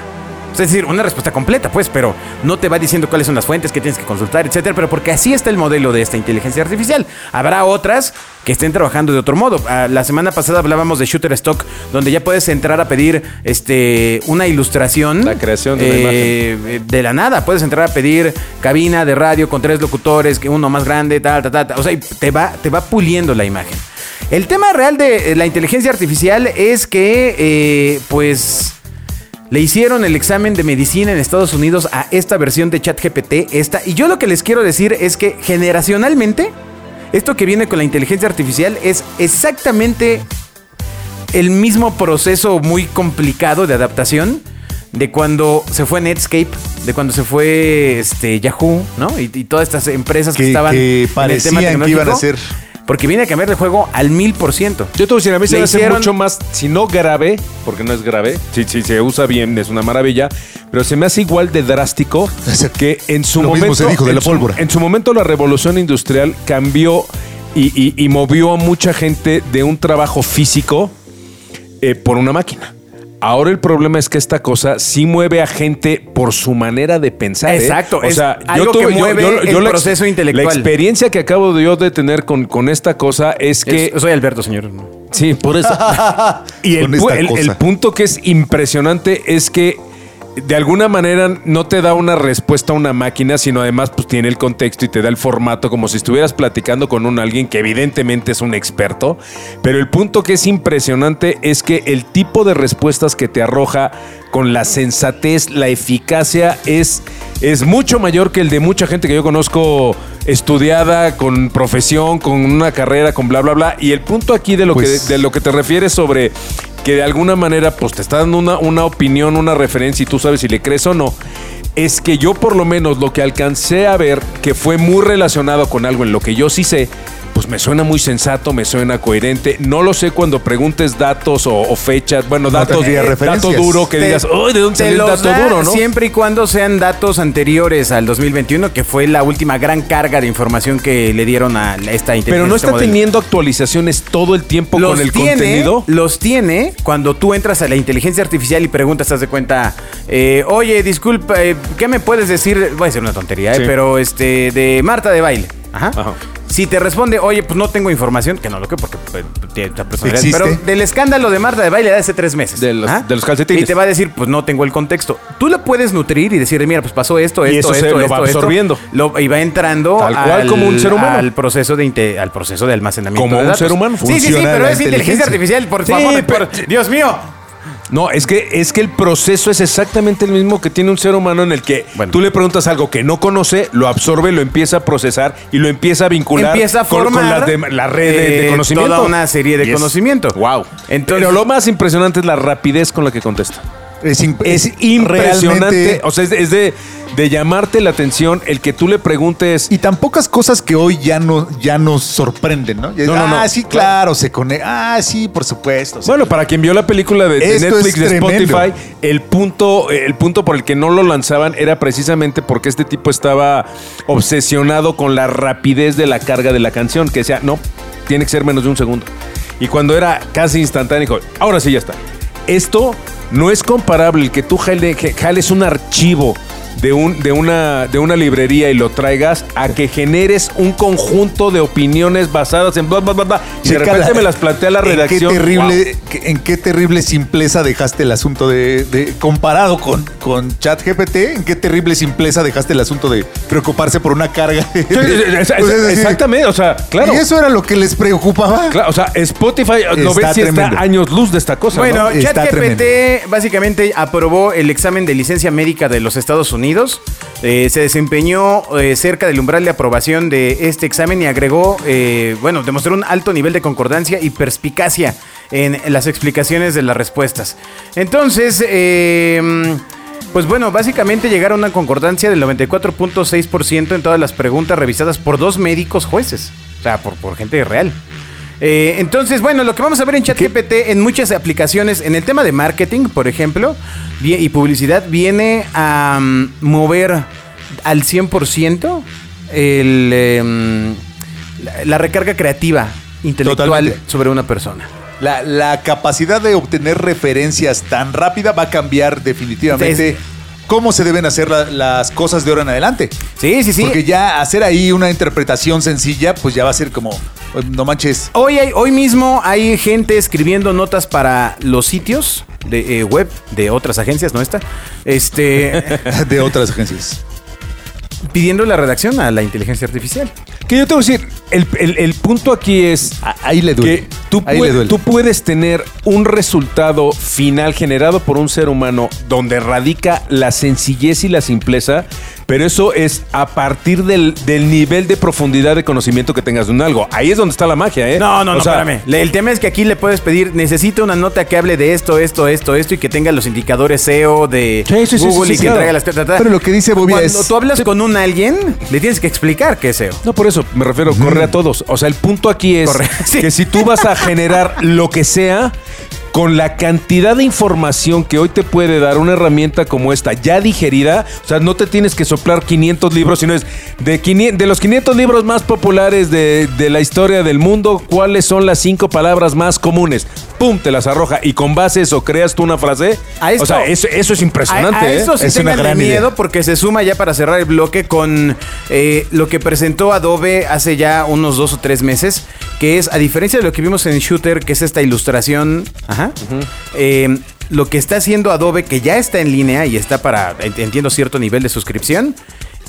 [SPEAKER 3] O sea, Es decir, una respuesta completa, pues, pero no te va diciendo cuáles son las fuentes que tienes que consultar, etcétera. Pero porque así está el modelo de esta inteligencia artificial. Habrá otras que estén trabajando de otro modo. Ah, La semana pasada hablábamos de Shooter Stock, donde ya puedes entrar a pedir este, una ilustración.
[SPEAKER 5] La creación de una imagen.
[SPEAKER 3] Eh, de la nada. Puedes entrar a pedir cabina de radio con tres locutores, que uno más grande, tal, tal, tal. tal. O sea, y te va, te va puliendo la imagen. El tema real de eh, la inteligencia artificial es que, eh, pues, le hicieron el examen de medicina en Estados Unidos a esta versión de ChatGPT. Esta, y yo lo que les quiero decir es que generacionalmente, esto que viene con la inteligencia artificial es exactamente el mismo proceso muy complicado de adaptación de cuando se fue Netscape, de cuando se fue este, Yahoo, ¿no? Y, y todas estas empresas que,
[SPEAKER 4] Que-
[SPEAKER 3] estaban. en
[SPEAKER 4] que
[SPEAKER 3] el tema
[SPEAKER 4] parecían que
[SPEAKER 3] tecnológico,
[SPEAKER 4] iban a ser.
[SPEAKER 3] Porque viene a cambiar el juego al mil por ciento.
[SPEAKER 5] Yo te voy a decir, a mí se
[SPEAKER 3] Le
[SPEAKER 5] me hace
[SPEAKER 3] hicieron-
[SPEAKER 5] mucho más, si no grave, porque no es grave, si, si se usa bien, es una maravilla, pero se me hace igual de drástico
[SPEAKER 4] Exacto.
[SPEAKER 5] que en su
[SPEAKER 4] Lo mismo
[SPEAKER 5] momento.
[SPEAKER 4] se dijo de
[SPEAKER 5] en
[SPEAKER 4] la
[SPEAKER 5] su-
[SPEAKER 4] pólvora.
[SPEAKER 5] en su momento la revolución industrial cambió y, y- y movió a mucha gente de un trabajo físico. eh, eh, por una máquina. Ahora el problema es que esta cosa sí mueve a gente por su manera de pensar. ¿eh?
[SPEAKER 3] Exacto,
[SPEAKER 5] O
[SPEAKER 3] es
[SPEAKER 5] sea,
[SPEAKER 3] algo que
[SPEAKER 5] tuve-
[SPEAKER 3] mueve el
[SPEAKER 5] la ex-
[SPEAKER 3] proceso intelectual.
[SPEAKER 5] La experiencia que acabo de yo de tener con, con esta cosa es que.
[SPEAKER 3] Soy Alberto, señor.
[SPEAKER 5] sí, por eso. Y el,
[SPEAKER 4] Con
[SPEAKER 5] pu-
[SPEAKER 4] esta
[SPEAKER 5] el-
[SPEAKER 4] cosa.
[SPEAKER 5] el punto que es impresionante es que de alguna manera no te da una respuesta a una máquina, sino además pues, tiene el contexto y te da el formato como si estuvieras platicando con un alguien que evidentemente es un experto. Pero el punto que es impresionante es que el tipo de respuestas que te arroja con la sensatez, la eficacia es, es mucho mayor que el de mucha gente que yo conozco estudiada, con profesión, con una carrera, con bla, bla, bla. Y el punto aquí de lo,
[SPEAKER 4] Pues-
[SPEAKER 5] que, de lo que te refieres sobre que de alguna manera pues te está dando una, una opinión, una referencia y tú sabes si le crees o no, es que yo por lo menos lo que alcancé a ver que fue muy relacionado con algo en lo que yo sí sé, pues me suena muy sensato, me suena coherente. No lo sé cuando preguntes datos o, o fechas, bueno, datos,
[SPEAKER 4] tendría
[SPEAKER 5] eh, dato
[SPEAKER 4] referencias.
[SPEAKER 5] duro que digas, ¡ay, de dónde
[SPEAKER 3] se
[SPEAKER 5] salió el dato duro, no?
[SPEAKER 3] Siempre y cuando sean datos anteriores al 2021, que fue la última gran carga de información que le dieron a la- esta inteligencia.
[SPEAKER 5] Pero no está
[SPEAKER 3] este modelo.
[SPEAKER 5] teniendo actualizaciones todo el tiempo
[SPEAKER 3] los
[SPEAKER 5] con el
[SPEAKER 3] tiene,
[SPEAKER 5] contenido.
[SPEAKER 3] Los tiene cuando tú entras a la inteligencia artificial y preguntas, haz de cuenta, eh, oye, disculpa, eh, ¿qué me puedes decir? Voy a decir una tontería, eh,
[SPEAKER 5] Sí.
[SPEAKER 3] pero este, de Marta de baile. Ajá.
[SPEAKER 5] Ajá.
[SPEAKER 3] Si te responde, oye, pues no tengo información, que no lo que, porque pues, tiene otra personalidad.
[SPEAKER 4] Existe.
[SPEAKER 3] Pero del escándalo de Marta de baile de hace tres meses.
[SPEAKER 5] De los-
[SPEAKER 3] Ajá.
[SPEAKER 5] de los calcetines.
[SPEAKER 3] Y te va a decir, pues no tengo el contexto. Tú lo puedes nutrir y decir, mira, pues pasó esto,
[SPEAKER 5] Y
[SPEAKER 3] esto,
[SPEAKER 5] eso se
[SPEAKER 3] esto,
[SPEAKER 5] lo va
[SPEAKER 3] esto, esto".
[SPEAKER 5] absorbiendo.
[SPEAKER 3] Lo- y va entrando
[SPEAKER 5] Tal cual
[SPEAKER 3] al-
[SPEAKER 5] como un ser humano.
[SPEAKER 3] Al proceso de, inte- al proceso de almacenamiento.
[SPEAKER 5] Como
[SPEAKER 3] de
[SPEAKER 5] un
[SPEAKER 3] datos.
[SPEAKER 5] ser humano.
[SPEAKER 3] Sí, sí, sí,
[SPEAKER 4] Funciona
[SPEAKER 3] pero
[SPEAKER 4] la
[SPEAKER 3] es inteligencia
[SPEAKER 4] inteligencia.
[SPEAKER 3] artificial, por
[SPEAKER 5] Sí,
[SPEAKER 3] favor.
[SPEAKER 5] pero-
[SPEAKER 3] por- Dios mío.
[SPEAKER 5] No, es que, es que el proceso es exactamente el mismo que tiene un ser humano en el que
[SPEAKER 3] Bueno.
[SPEAKER 5] tú le preguntas algo que no conoce, lo absorbe, lo empieza a procesar y lo empieza a vincular
[SPEAKER 3] Empieza a
[SPEAKER 5] con-
[SPEAKER 3] formar
[SPEAKER 5] con, las dem- la, red de, de
[SPEAKER 3] eh,
[SPEAKER 5] conocimiento.
[SPEAKER 3] toda una serie de
[SPEAKER 5] Y es-
[SPEAKER 3] conocimiento.
[SPEAKER 5] Wow.
[SPEAKER 3] Entonces-
[SPEAKER 5] Pero lo más impresionante es la rapidez con la que contesta.
[SPEAKER 4] Es, imp-
[SPEAKER 5] Es
[SPEAKER 4] realmente-
[SPEAKER 5] impresionante. O sea, es de, es de- de llamarte la atención el que tú le preguntes.
[SPEAKER 4] Y tan pocas cosas que hoy ya, no, ya nos sorprenden, ¿no? Ya-
[SPEAKER 5] No, no,
[SPEAKER 4] ah,
[SPEAKER 5] no.
[SPEAKER 4] sí, claro, se conecta. Ah, sí, por supuesto. se
[SPEAKER 5] Bueno, para quien vio la película de, de
[SPEAKER 4] Esto
[SPEAKER 5] Netflix,
[SPEAKER 4] es
[SPEAKER 5] de
[SPEAKER 4] tremendo.
[SPEAKER 5] Spotify, el punto, el punto por el que no lo lanzaban era precisamente porque este tipo estaba obsesionado con la rapidez de la carga de la canción, que decía, no, tiene que ser menos de un segundo. Y cuando era casi instantáneo, dijo, ahora sí ya está. Esto no es comparable, el que tú jale- que jales un archivo. De, un, de, una, de una librería y lo traigas a que generes un conjunto de opiniones basadas en bla, bla, bla, bla. Y de
[SPEAKER 4] Checa
[SPEAKER 5] repente
[SPEAKER 4] la-
[SPEAKER 5] me las plantea la redacción.
[SPEAKER 4] ¿En qué terrible, que- en qué terrible simpleza dejaste el asunto de, de- comparado con, con ChatGPT, en qué terrible simpleza dejaste el asunto de preocuparse por una carga. de-
[SPEAKER 5] Sí, sí, sí,
[SPEAKER 4] de-
[SPEAKER 5] es-
[SPEAKER 4] o sea, Pues es
[SPEAKER 5] es-
[SPEAKER 4] decir,
[SPEAKER 5] Exactamente, o sea, claro.
[SPEAKER 4] Y eso era lo que les preocupaba.
[SPEAKER 5] Claro, o sea, Spotify lo
[SPEAKER 4] Está
[SPEAKER 5] ves si
[SPEAKER 4] tremendo.
[SPEAKER 5] está años luz de esta cosa.
[SPEAKER 3] Bueno,
[SPEAKER 5] ¿no?
[SPEAKER 4] Está
[SPEAKER 3] ChatGPT básicamente aprobó el examen de licencia médica de los Estados Unidos. Eh, se desempeñó eh, cerca del umbral de aprobación de este examen y agregó, eh, bueno, demostró un alto nivel de concordancia y perspicacia en las explicaciones de las respuestas. Entonces, eh, pues bueno, básicamente llegaron a una concordancia del 94.6% en todas las preguntas revisadas por dos médicos jueces. O sea, por, por gente real. Eh, entonces, bueno, lo que vamos a ver en ChatGPT en muchas aplicaciones, en el tema de marketing, por ejemplo, vi- y publicidad, viene a mm, mover al 100% el, em, la, la recarga creativa intelectual
[SPEAKER 4] Totalmente.
[SPEAKER 3] sobre una persona.
[SPEAKER 4] La, la capacidad de obtener referencias tan rápida va a cambiar definitivamente
[SPEAKER 3] Sí.
[SPEAKER 4] cómo se deben hacer la- las cosas de ahora en adelante.
[SPEAKER 3] Sí, sí, sí.
[SPEAKER 4] Porque ya hacer ahí una interpretación sencilla, pues ya va a ser como, no manches,
[SPEAKER 3] Hoy, hay- hoy mismo hay gente escribiendo notas para los sitios de eh, web de otras agencias, no esta, este,
[SPEAKER 4] de otras agencias.
[SPEAKER 3] pidiendo la redacción a la inteligencia artificial.
[SPEAKER 5] Que yo te voy a decir, el, el- el punto aquí es
[SPEAKER 4] A- Ahí le duele.
[SPEAKER 5] que tú,
[SPEAKER 4] Ahí
[SPEAKER 5] pue-
[SPEAKER 4] le duele.
[SPEAKER 5] tú puedes tener un resultado final generado por un ser humano donde radica la sencillez y la simpleza, pero eso es a partir del, del nivel de profundidad de conocimiento que tengas de un algo. Ahí es donde está la magia, ¿eh?
[SPEAKER 3] No, no,
[SPEAKER 5] O
[SPEAKER 3] no,
[SPEAKER 5] sea,
[SPEAKER 3] espérame. Le- El tema es que aquí le puedes pedir, necesito una nota que hable de esto, esto, esto, esto y que tenga los indicadores SEO de
[SPEAKER 5] Sí, sí, sí,
[SPEAKER 3] Google
[SPEAKER 5] sí,
[SPEAKER 3] y
[SPEAKER 5] sí,
[SPEAKER 3] que
[SPEAKER 5] claro.
[SPEAKER 3] traiga las... ta, ta, ta.
[SPEAKER 4] Pero lo que dice Bobia
[SPEAKER 3] Cuando
[SPEAKER 4] es-
[SPEAKER 3] tú hablas con un alguien, le tienes que explicar qué es E SEO.
[SPEAKER 5] No, por eso me refiero, corre a todos. O sea, el punto aquí es
[SPEAKER 3] Corre, sí.
[SPEAKER 5] que si tú vas a generar lo que sea, con la cantidad de información que hoy te puede dar una herramienta como esta, ya digerida, o sea, no te tienes que soplar 500 libros, sino es de, 500 de los 500 libros más populares de, de la historia del mundo, ¿cuáles son las cinco palabras más comunes? pum, te las arroja. Y con base eso creas tú una frase.
[SPEAKER 3] A esto-
[SPEAKER 5] o sea, eso, eso es impresionante.
[SPEAKER 3] A, a
[SPEAKER 5] ¿eh?
[SPEAKER 3] eso sí
[SPEAKER 5] es una
[SPEAKER 3] ténganle
[SPEAKER 5] gran idea.
[SPEAKER 3] miedo porque se suma ya para cerrar el bloque con eh, lo que presentó Adobe hace ya unos dos o tres meses, que es, a diferencia de lo que vimos en Shooter, que es esta ilustración, ajá, eh, lo que está haciendo Adobe, que ya está en línea y está para, ent- entiendo, cierto nivel de suscripción,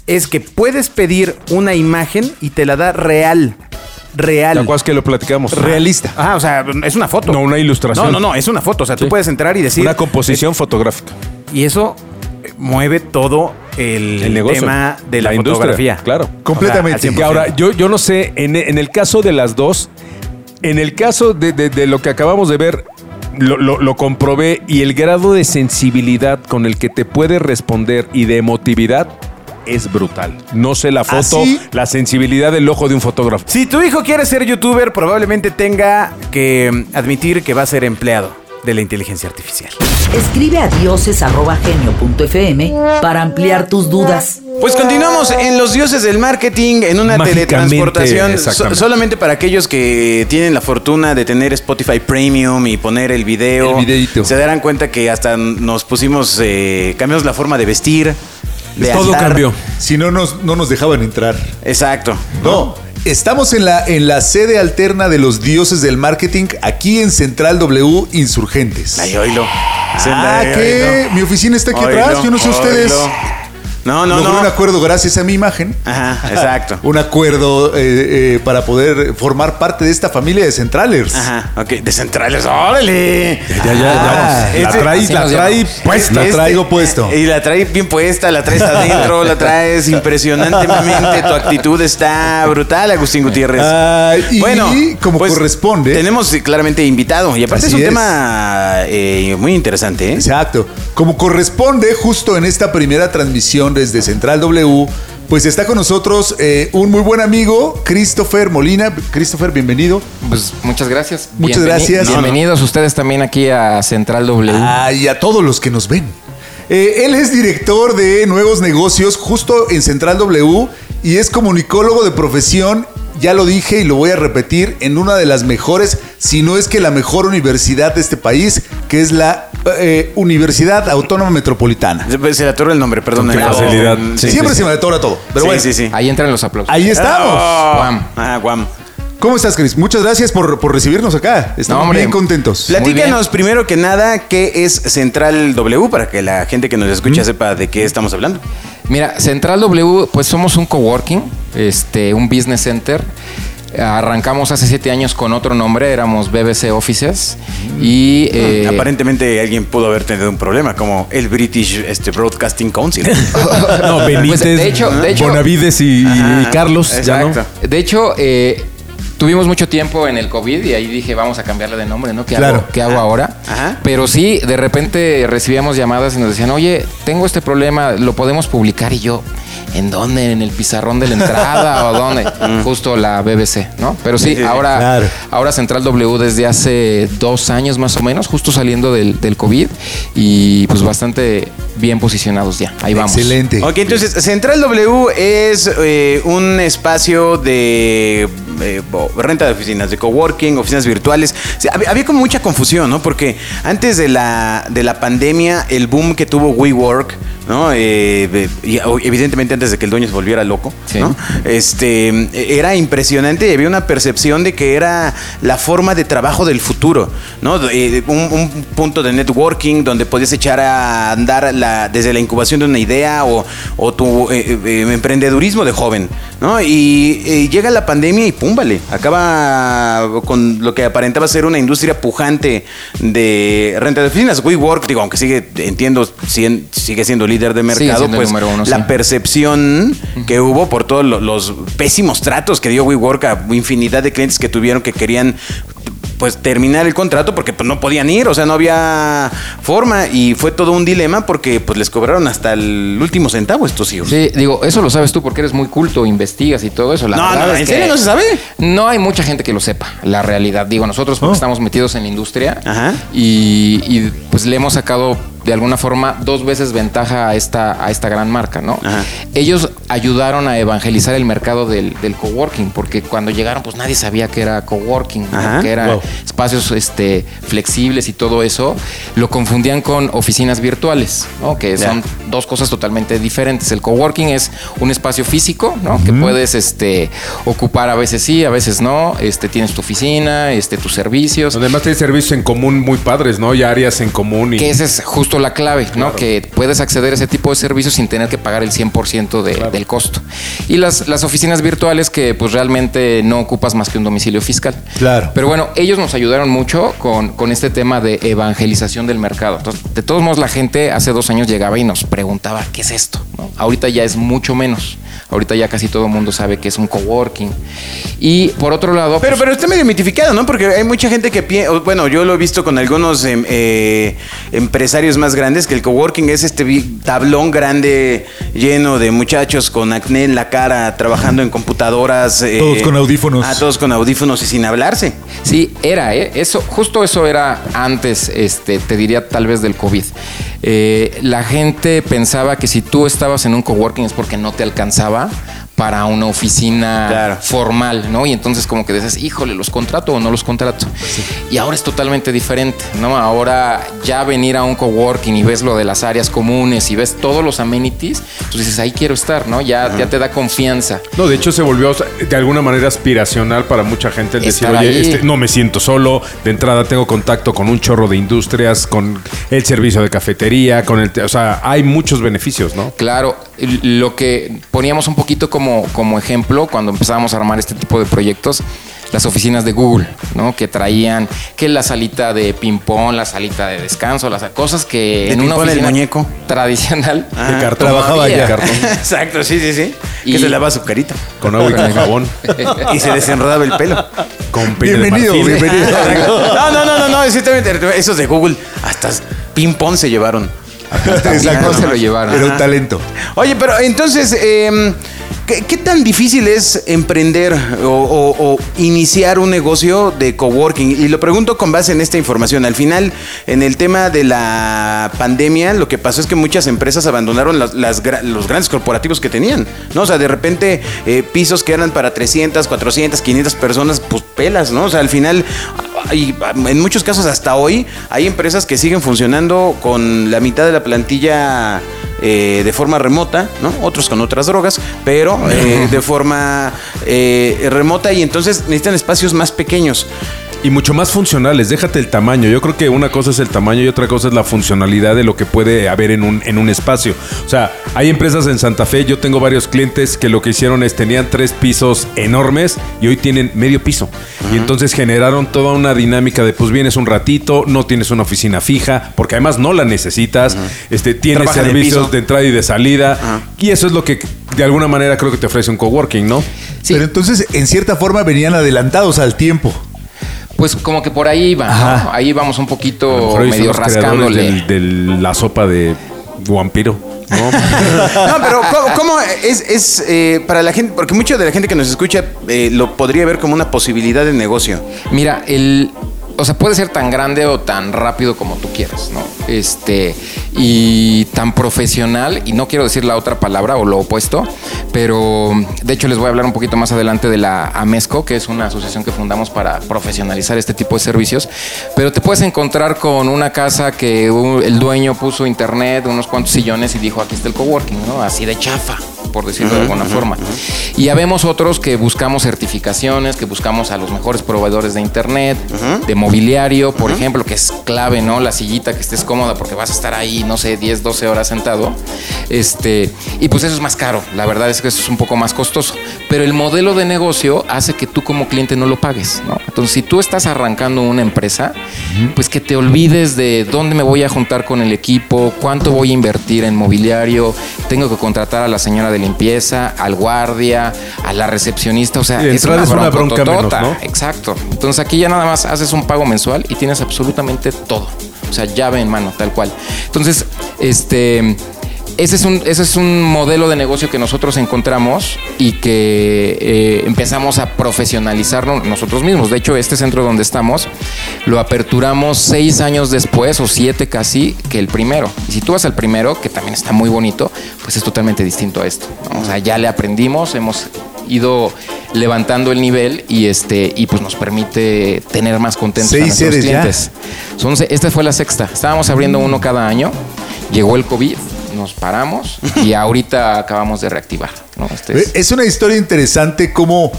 [SPEAKER 3] es que puedes pedir una imagen y te la da real.
[SPEAKER 5] ¿Te
[SPEAKER 3] Real.
[SPEAKER 5] acuerdas que lo platicamos?
[SPEAKER 4] Realista.
[SPEAKER 3] Ajá, o sea, es una foto.
[SPEAKER 5] No, una ilustración.
[SPEAKER 3] No, no, no, es una foto. O sea, tú
[SPEAKER 5] Sí.
[SPEAKER 3] puedes entrar y decir.
[SPEAKER 5] Una composición fotográfica.
[SPEAKER 3] Y eso eh, mueve todo el,
[SPEAKER 5] El negocio.
[SPEAKER 3] tema de la,
[SPEAKER 5] industria,
[SPEAKER 3] fotografía.
[SPEAKER 5] Claro.
[SPEAKER 4] Completamente.
[SPEAKER 3] O sea, al
[SPEAKER 5] Que
[SPEAKER 3] 100%.
[SPEAKER 5] ahora, yo, yo no sé, en, en el caso de las dos, en el caso de, de- de lo que acabamos de ver, lo, lo- lo comprobé y el grado de sensibilidad con el que te puede responder y de emotividad es brutal. No sé la
[SPEAKER 7] ¿Ah,
[SPEAKER 5] foto,
[SPEAKER 4] Así-
[SPEAKER 5] la sensibilidad del ojo de un fotógrafo.
[SPEAKER 3] Si tu hijo quiere ser youtuber, probablemente tenga que mm, admitir que va a ser empleado de la inteligencia artificial.
[SPEAKER 2] Escribe a dioses.genio.fm para ampliar tus dudas.
[SPEAKER 3] Pues continuamos en los dioses del marketing, en una
[SPEAKER 5] Mágicamente,
[SPEAKER 3] teletransportación so-
[SPEAKER 5] exactamente.
[SPEAKER 3] solamente para aquellos que tienen la fortuna de tener Spotify Premium y poner el video.
[SPEAKER 4] El videíto.
[SPEAKER 3] Se darán cuenta que hasta nos pusimos, eh, cambiamos la forma de vestir. De
[SPEAKER 5] Todo
[SPEAKER 3] andar.
[SPEAKER 5] cambió.
[SPEAKER 4] Si no nos, no nos dejaban entrar.
[SPEAKER 3] Exacto.
[SPEAKER 4] No. Estamos en la, en la sede alterna de los dioses del marketing aquí en Central W Insurgentes.
[SPEAKER 3] Ay, oílo.
[SPEAKER 4] Ah,
[SPEAKER 3] Ay,
[SPEAKER 4] ¿qué?
[SPEAKER 3] oílo.
[SPEAKER 4] Mi oficina está aquí
[SPEAKER 3] Oílo,
[SPEAKER 4] atrás. Yo no sé
[SPEAKER 3] oílo.
[SPEAKER 4] ustedes.
[SPEAKER 3] No, no,
[SPEAKER 4] Logré
[SPEAKER 3] no.
[SPEAKER 4] un acuerdo gracias a mi imagen.
[SPEAKER 3] Ajá, exacto.
[SPEAKER 4] Un acuerdo eh, eh, para poder formar parte de esta familia de Centralers.
[SPEAKER 3] Ajá, ok. De centrales, órale.
[SPEAKER 5] Ya, ya,
[SPEAKER 4] Ah,
[SPEAKER 5] ya. La
[SPEAKER 3] este-
[SPEAKER 5] trae,
[SPEAKER 3] así
[SPEAKER 5] la
[SPEAKER 3] nos
[SPEAKER 5] trae
[SPEAKER 3] llamamos.
[SPEAKER 5] puesta.
[SPEAKER 4] La
[SPEAKER 3] Este-
[SPEAKER 4] traigo puesto.
[SPEAKER 3] Y la traes bien puesta, la traes adentro, la traes impresionantemente. Tu actitud está brutal, Agustín Gutiérrez.
[SPEAKER 4] Ah, y como corresponde-
[SPEAKER 3] pues, Tenemos eh, claramente invitado. Y aparte
[SPEAKER 4] Así
[SPEAKER 3] es un
[SPEAKER 4] es.
[SPEAKER 3] tema eh, muy interesante, ¿eh?
[SPEAKER 4] Exacto. Como corresponde justo en esta primera transmisión desde Central W, pues está con nosotros eh, un muy buen amigo, Christopher Molina. Christopher, bienvenido.
[SPEAKER 7] Pues muchas gracias.
[SPEAKER 4] Muchas gracias.
[SPEAKER 7] Bienvenidos ustedes también aquí a Central W.
[SPEAKER 4] Ah, y a todos los que nos ven. Eh, él es director de nuevos negocios justo en Central W y es comunicólogo de profesión. Ya lo dije y lo voy a repetir en una de las mejores, si no es que la mejor universidad de este país, que es la eh, Universidad Autónoma Metropolitana.
[SPEAKER 3] Se- Se le atoró el nombre, perdón.
[SPEAKER 5] Con qué facilidad. Sí,
[SPEAKER 4] Siempre se me atora todo, pero
[SPEAKER 3] sí,
[SPEAKER 4] bueno.
[SPEAKER 3] sí, sí.
[SPEAKER 7] Ahí entran los aplausos.
[SPEAKER 4] Ahí estamos.
[SPEAKER 7] Guam.
[SPEAKER 3] Ah, guam.
[SPEAKER 4] ¿Cómo estás, Cris? Muchas gracias por, por recibirnos acá. Estamos
[SPEAKER 7] hombre.
[SPEAKER 4] bien contentos.
[SPEAKER 7] La-
[SPEAKER 3] Platícanos primero que nada qué es Central W para que la gente que nos escucha sepa de qué estamos hablando.
[SPEAKER 7] Mira, Central W, pues somos un coworking, este, un business center. Arrancamos hace siete años con otro nombre, éramos BBC Offices. Y eh,
[SPEAKER 3] Ah, Aparentemente alguien pudo haber tenido un problema, como el British este, Broadcasting Council.
[SPEAKER 5] No, Benítez,
[SPEAKER 7] Pues, de hecho- de hecho-
[SPEAKER 5] Bonavides y, y
[SPEAKER 3] Ajá,
[SPEAKER 5] Carlos. Ya
[SPEAKER 3] exacto.
[SPEAKER 5] no.
[SPEAKER 7] De hecho, eh, tuvimos mucho tiempo en el COVID y ahí dije, vamos a cambiarle de nombre, ¿no? ¿Qué,
[SPEAKER 4] Claro.
[SPEAKER 7] hago, qué hago ahora?
[SPEAKER 3] Ajá.
[SPEAKER 7] Pero sí, de repente recibíamos llamadas y nos decían, oye, tengo este problema, ¿lo podemos publicar? Y yo, ¿en dónde? ¿En el pizarrón de la entrada o dónde? Justo la BBC, ¿no? Pero sí,
[SPEAKER 3] Sí, sí,
[SPEAKER 7] ahora,
[SPEAKER 4] claro.
[SPEAKER 7] ahora Central W desde hace dos años más o menos, justo saliendo del, del COVID y pues bastante bien posicionados ya. Ahí vamos.
[SPEAKER 4] Excelente.
[SPEAKER 3] ok, entonces Central W es eh, un espacio de eh, bo- renta de oficinas, de coworking, oficinas virtuales. O sea, había, había como mucha confusión, ¿no? Porque antes de la, de la pandemia, el boom que tuvo WeWork, ¿no? Eh, de- y o- evidentemente antes de que el dueño se volviera loco,
[SPEAKER 7] Sí.
[SPEAKER 3] ¿no? Este, era impresionante y había una percepción de que era la forma de trabajo del futuro, ¿no? Eh, un, un punto de networking donde podías echar a andar la- desde la incubación de una idea o, o tu eh, eh, emprendedurismo de joven, ¿no? Y eh, llega la pandemia y púmbale, acaba con lo que aparentaba ser una industria pujante de renta de oficinas. WeWork, digo, aunque sigue, entiendo, sien- sigue siendo líder de
[SPEAKER 7] Sigue
[SPEAKER 3] mercado,
[SPEAKER 7] siendo el
[SPEAKER 3] pues
[SPEAKER 7] número uno,
[SPEAKER 3] la
[SPEAKER 7] sí.
[SPEAKER 3] percepción que hubo por todos lo- los pésimos tratos que dio WeWork a infinidad de clientes que tuvieron que querían pues terminar el contrato porque pues no podían ir, o sea, no había forma y fue todo un dilema porque pues les cobraron hasta el último centavo estos hijos.
[SPEAKER 7] Sí, digo, eso lo sabes tú porque eres muy culto, investigas y todo eso. La
[SPEAKER 3] No,
[SPEAKER 7] verdad
[SPEAKER 3] no,
[SPEAKER 7] es
[SPEAKER 3] ¿en
[SPEAKER 7] que
[SPEAKER 3] serio no se sabe?
[SPEAKER 7] No hay mucha gente que lo sepa, la
[SPEAKER 3] Oh.
[SPEAKER 7] realidad. Digo, nosotros porque estamos metidos en la industria
[SPEAKER 3] Ajá.
[SPEAKER 7] y, y, pues le hemos sacado de alguna forma dos veces ventaja a esta, a esta gran marca, ¿no?
[SPEAKER 3] Ajá.
[SPEAKER 7] Ellos ayudaron a evangelizar el mercado del, del coworking, porque cuando llegaron, pues nadie sabía que era coworking, ¿no?
[SPEAKER 3] Ajá.
[SPEAKER 7] que era
[SPEAKER 3] Wow.
[SPEAKER 7] espacios este, flexibles y todo eso. Lo confundían con oficinas virtuales, ¿no? Que
[SPEAKER 3] Ya.
[SPEAKER 7] son dos cosas totalmente diferentes. El coworking es un espacio físico, ¿no? Que puedes este, ocupar a veces sí, a veces no. Este, tienes tu oficina, este, tus servicios.
[SPEAKER 5] Además, tiene servicios en común muy padres, ¿no? Y áreas en común. Y...
[SPEAKER 7] Que esa es justo la clave, ¿no? Que puedes acceder a ese tipo de servicios sin tener que pagar el 100% de- del costo. Y las, las oficinas virtuales que pues realmente no ocupas más que un domicilio fiscal.
[SPEAKER 4] Claro.
[SPEAKER 7] Pero bueno, ellos nos ayudaron mucho con, con este tema de evangelización del mercado. Entonces, de todos modos, la gente hace dos años llegaba y nos preguntaba, ¿qué es esto? ¿No? Ahorita ya es mucho menos. Ahorita ya casi todo el mundo sabe que es un coworking. Y por otro lado...
[SPEAKER 3] Pero,
[SPEAKER 7] pues,
[SPEAKER 3] pero está medio mitificado, ¿no? Porque hay mucha gente que pie- o, Bueno, yo lo he visto con algunos em, eh, empresarios más grandes que el coworking es este big tablón grande lleno de muchachos con acné en la cara, trabajando en computadoras. eh,
[SPEAKER 4] Todos con audífonos.
[SPEAKER 3] Ah, todos con audífonos y sin hablarse.
[SPEAKER 7] Sí, era, ¿eh? Eso, justo eso era antes, este, te diría tal vez del COVID. Eh, la gente pensaba que si tú estabas en un coworking es porque no te alcanzaba para una oficina
[SPEAKER 3] Claro.
[SPEAKER 7] formal, ¿no? Y entonces como que dices, híjole, ¿los contrato o no los contrato? Y ahora es totalmente diferente, ¿no? Ahora ya venir a un coworking y ves lo de las áreas comunes y ves todos los amenities, tú dices, ahí quiero estar, ¿no? Ya, ya te da confianza.
[SPEAKER 5] No, de hecho se volvió o sea, de alguna manera aspiracional para mucha gente el decir,
[SPEAKER 7] Estar
[SPEAKER 5] oye,
[SPEAKER 7] ahí".
[SPEAKER 5] este, no me siento solo, de entrada tengo contacto con un chorro de industrias, con el servicio de cafetería, con el... te- O sea, hay muchos beneficios, ¿no?
[SPEAKER 7] Claro, l- lo que poníamos un poquito como, como ejemplo cuando empezábamos a armar este tipo de proyectos, las oficinas de Google, ¿no? Que traían que la salita de ping-pong, la salita de descanso, las cosas que
[SPEAKER 3] De
[SPEAKER 7] en una
[SPEAKER 3] ping-pong el
[SPEAKER 7] oficina
[SPEAKER 3] muñeco.
[SPEAKER 7] tradicional.
[SPEAKER 3] Ah,
[SPEAKER 5] cartón.
[SPEAKER 4] Trabajaba
[SPEAKER 5] De
[SPEAKER 4] ya.
[SPEAKER 5] cartón.
[SPEAKER 3] Exacto, sí, sí, sí.
[SPEAKER 7] Y-
[SPEAKER 3] Que se lava su carita.
[SPEAKER 5] Con agua y con jabón.
[SPEAKER 3] Y se desenredaba el pelo.
[SPEAKER 5] Con pene de
[SPEAKER 4] Bienvenido,
[SPEAKER 5] martillo.
[SPEAKER 4] bienvenido.
[SPEAKER 3] No, no, no, no, no. sí, también te- Esos de Google, hasta ping pong se llevaron.
[SPEAKER 4] Exacto.
[SPEAKER 7] se lo llevaron.
[SPEAKER 4] Pero
[SPEAKER 3] Ajá.
[SPEAKER 4] talento.
[SPEAKER 3] Oye, pero entonces, eh, ¿qué, qué tan difícil es emprender o, o- o iniciar un negocio de coworking? Y lo pregunto con base en esta información. Al final, en el tema de la pandemia, lo que pasó es que muchas empresas abandonaron las- las gra- los grandes corporativos que tenían. ¿no? O sea, de repente, eh, pisos que eran para 300, 400, 500 personas, pues pelas, ¿no? O sea, al final, hay- en muchos casos hasta hoy, hay empresas que siguen funcionando con la mitad de la plantilla eh, de forma remota, ¿no? Otros con otras drogas, pero eh, de forma eh, remota y entonces necesitan espacios más pequeños.
[SPEAKER 5] Y mucho más funcionales, déjate el tamaño. Yo creo que una cosa es el tamaño y otra cosa es la funcionalidad de lo que puede haber en un, en un espacio. O sea, hay empresas en Santa Fe, yo tengo varios clientes que lo que hicieron es tenían tres pisos enormes y hoy tienen medio piso. Y entonces generaron toda una dinámica de pues vienes un ratito, no tienes una oficina fija, porque además no la necesitas, este, tienes
[SPEAKER 3] Trabaja en el
[SPEAKER 5] servicios
[SPEAKER 3] piso.
[SPEAKER 5] de entrada y de salida.
[SPEAKER 3] Ajá.
[SPEAKER 5] Y eso es lo que de alguna manera creo que te ofrece un coworking, ¿no?
[SPEAKER 7] Sí.
[SPEAKER 4] Pero entonces, en cierta forma, venían adelantados al tiempo.
[SPEAKER 7] Pues como que por ahí iba, ¿no? Ahí vamos un
[SPEAKER 5] A lo
[SPEAKER 7] poquito
[SPEAKER 5] mejor ellos
[SPEAKER 7] medio
[SPEAKER 5] son los creadores
[SPEAKER 7] rascándole.
[SPEAKER 5] del- del- la sopa de vampiro. ¿no?
[SPEAKER 3] No, pero ¿cómo, cómo es, es, eh, para la gente? Porque mucha de la gente que nos escucha eh, lo podría ver como una posibilidad de negocio.
[SPEAKER 7] Mira, el. O sea, puede ser tan grande o tan rápido como tú quieras, ¿no? Este. Y tan profesional, y no quiero decir la otra palabra o lo opuesto, pero de hecho les voy a hablar un poquito más adelante de la AMESCO, que es una asociación que fundamos para profesionalizar este tipo de servicios. Pero te puedes encontrar con una casa que uh, el dueño puso internet, unos cuantos sillones y dijo: aquí está el coworking, ¿no? Así de chafa, por decirlo de alguna forma. Y ya vemos otros que buscamos certificaciones, que buscamos a los mejores proveedores de internet, de mobiliario, por ejemplo, que es clave, ¿no? La sillita que estés cómoda porque vas a estar ahí, no sé, 10, 12 horas sentado. Este, y pues eso es más caro. La verdad es que eso es un poco más costoso. Pero el modelo de negocio hace que tú como cliente no lo pagues, ¿no? Entonces, si tú estás arrancando una empresa, pues que te olvides de dónde me voy a juntar con el equipo, cuánto voy a invertir en mobiliario, tengo que contratar a la señora de limpieza, al guardia, a la recepcionista, o sea,
[SPEAKER 5] Sí, de entrada es una bronca
[SPEAKER 7] broncototota.
[SPEAKER 5] menos, ¿no?
[SPEAKER 7] Exacto. Entonces aquí ya nada más haces un pago mensual y tienes absolutamente todo. O sea, llave en mano, tal cual. Entonces, este ese es un, ese es un modelo de negocio que nosotros encontramos y que eh, empezamos a profesionalizarlo nosotros mismos. De hecho, este centro donde estamos lo aperturamos seis años después, o siete casi, que el primero. Y si tú vas al primero, que también está muy bonito, pues es totalmente distinto a esto. ¿no? O sea, ya le aprendimos, hemos ido levantando el nivel y este y pues nos permite tener más contentos a
[SPEAKER 4] Seis
[SPEAKER 7] nuestros
[SPEAKER 4] sedes ya.
[SPEAKER 7] clientes. Son se- esta fue la sexta. Estábamos abriendo uno cada año. Llegó el COVID, nos paramos y ahorita acabamos de reactivar. ¿no? Este es-
[SPEAKER 4] Eh, Es una historia interesante cómo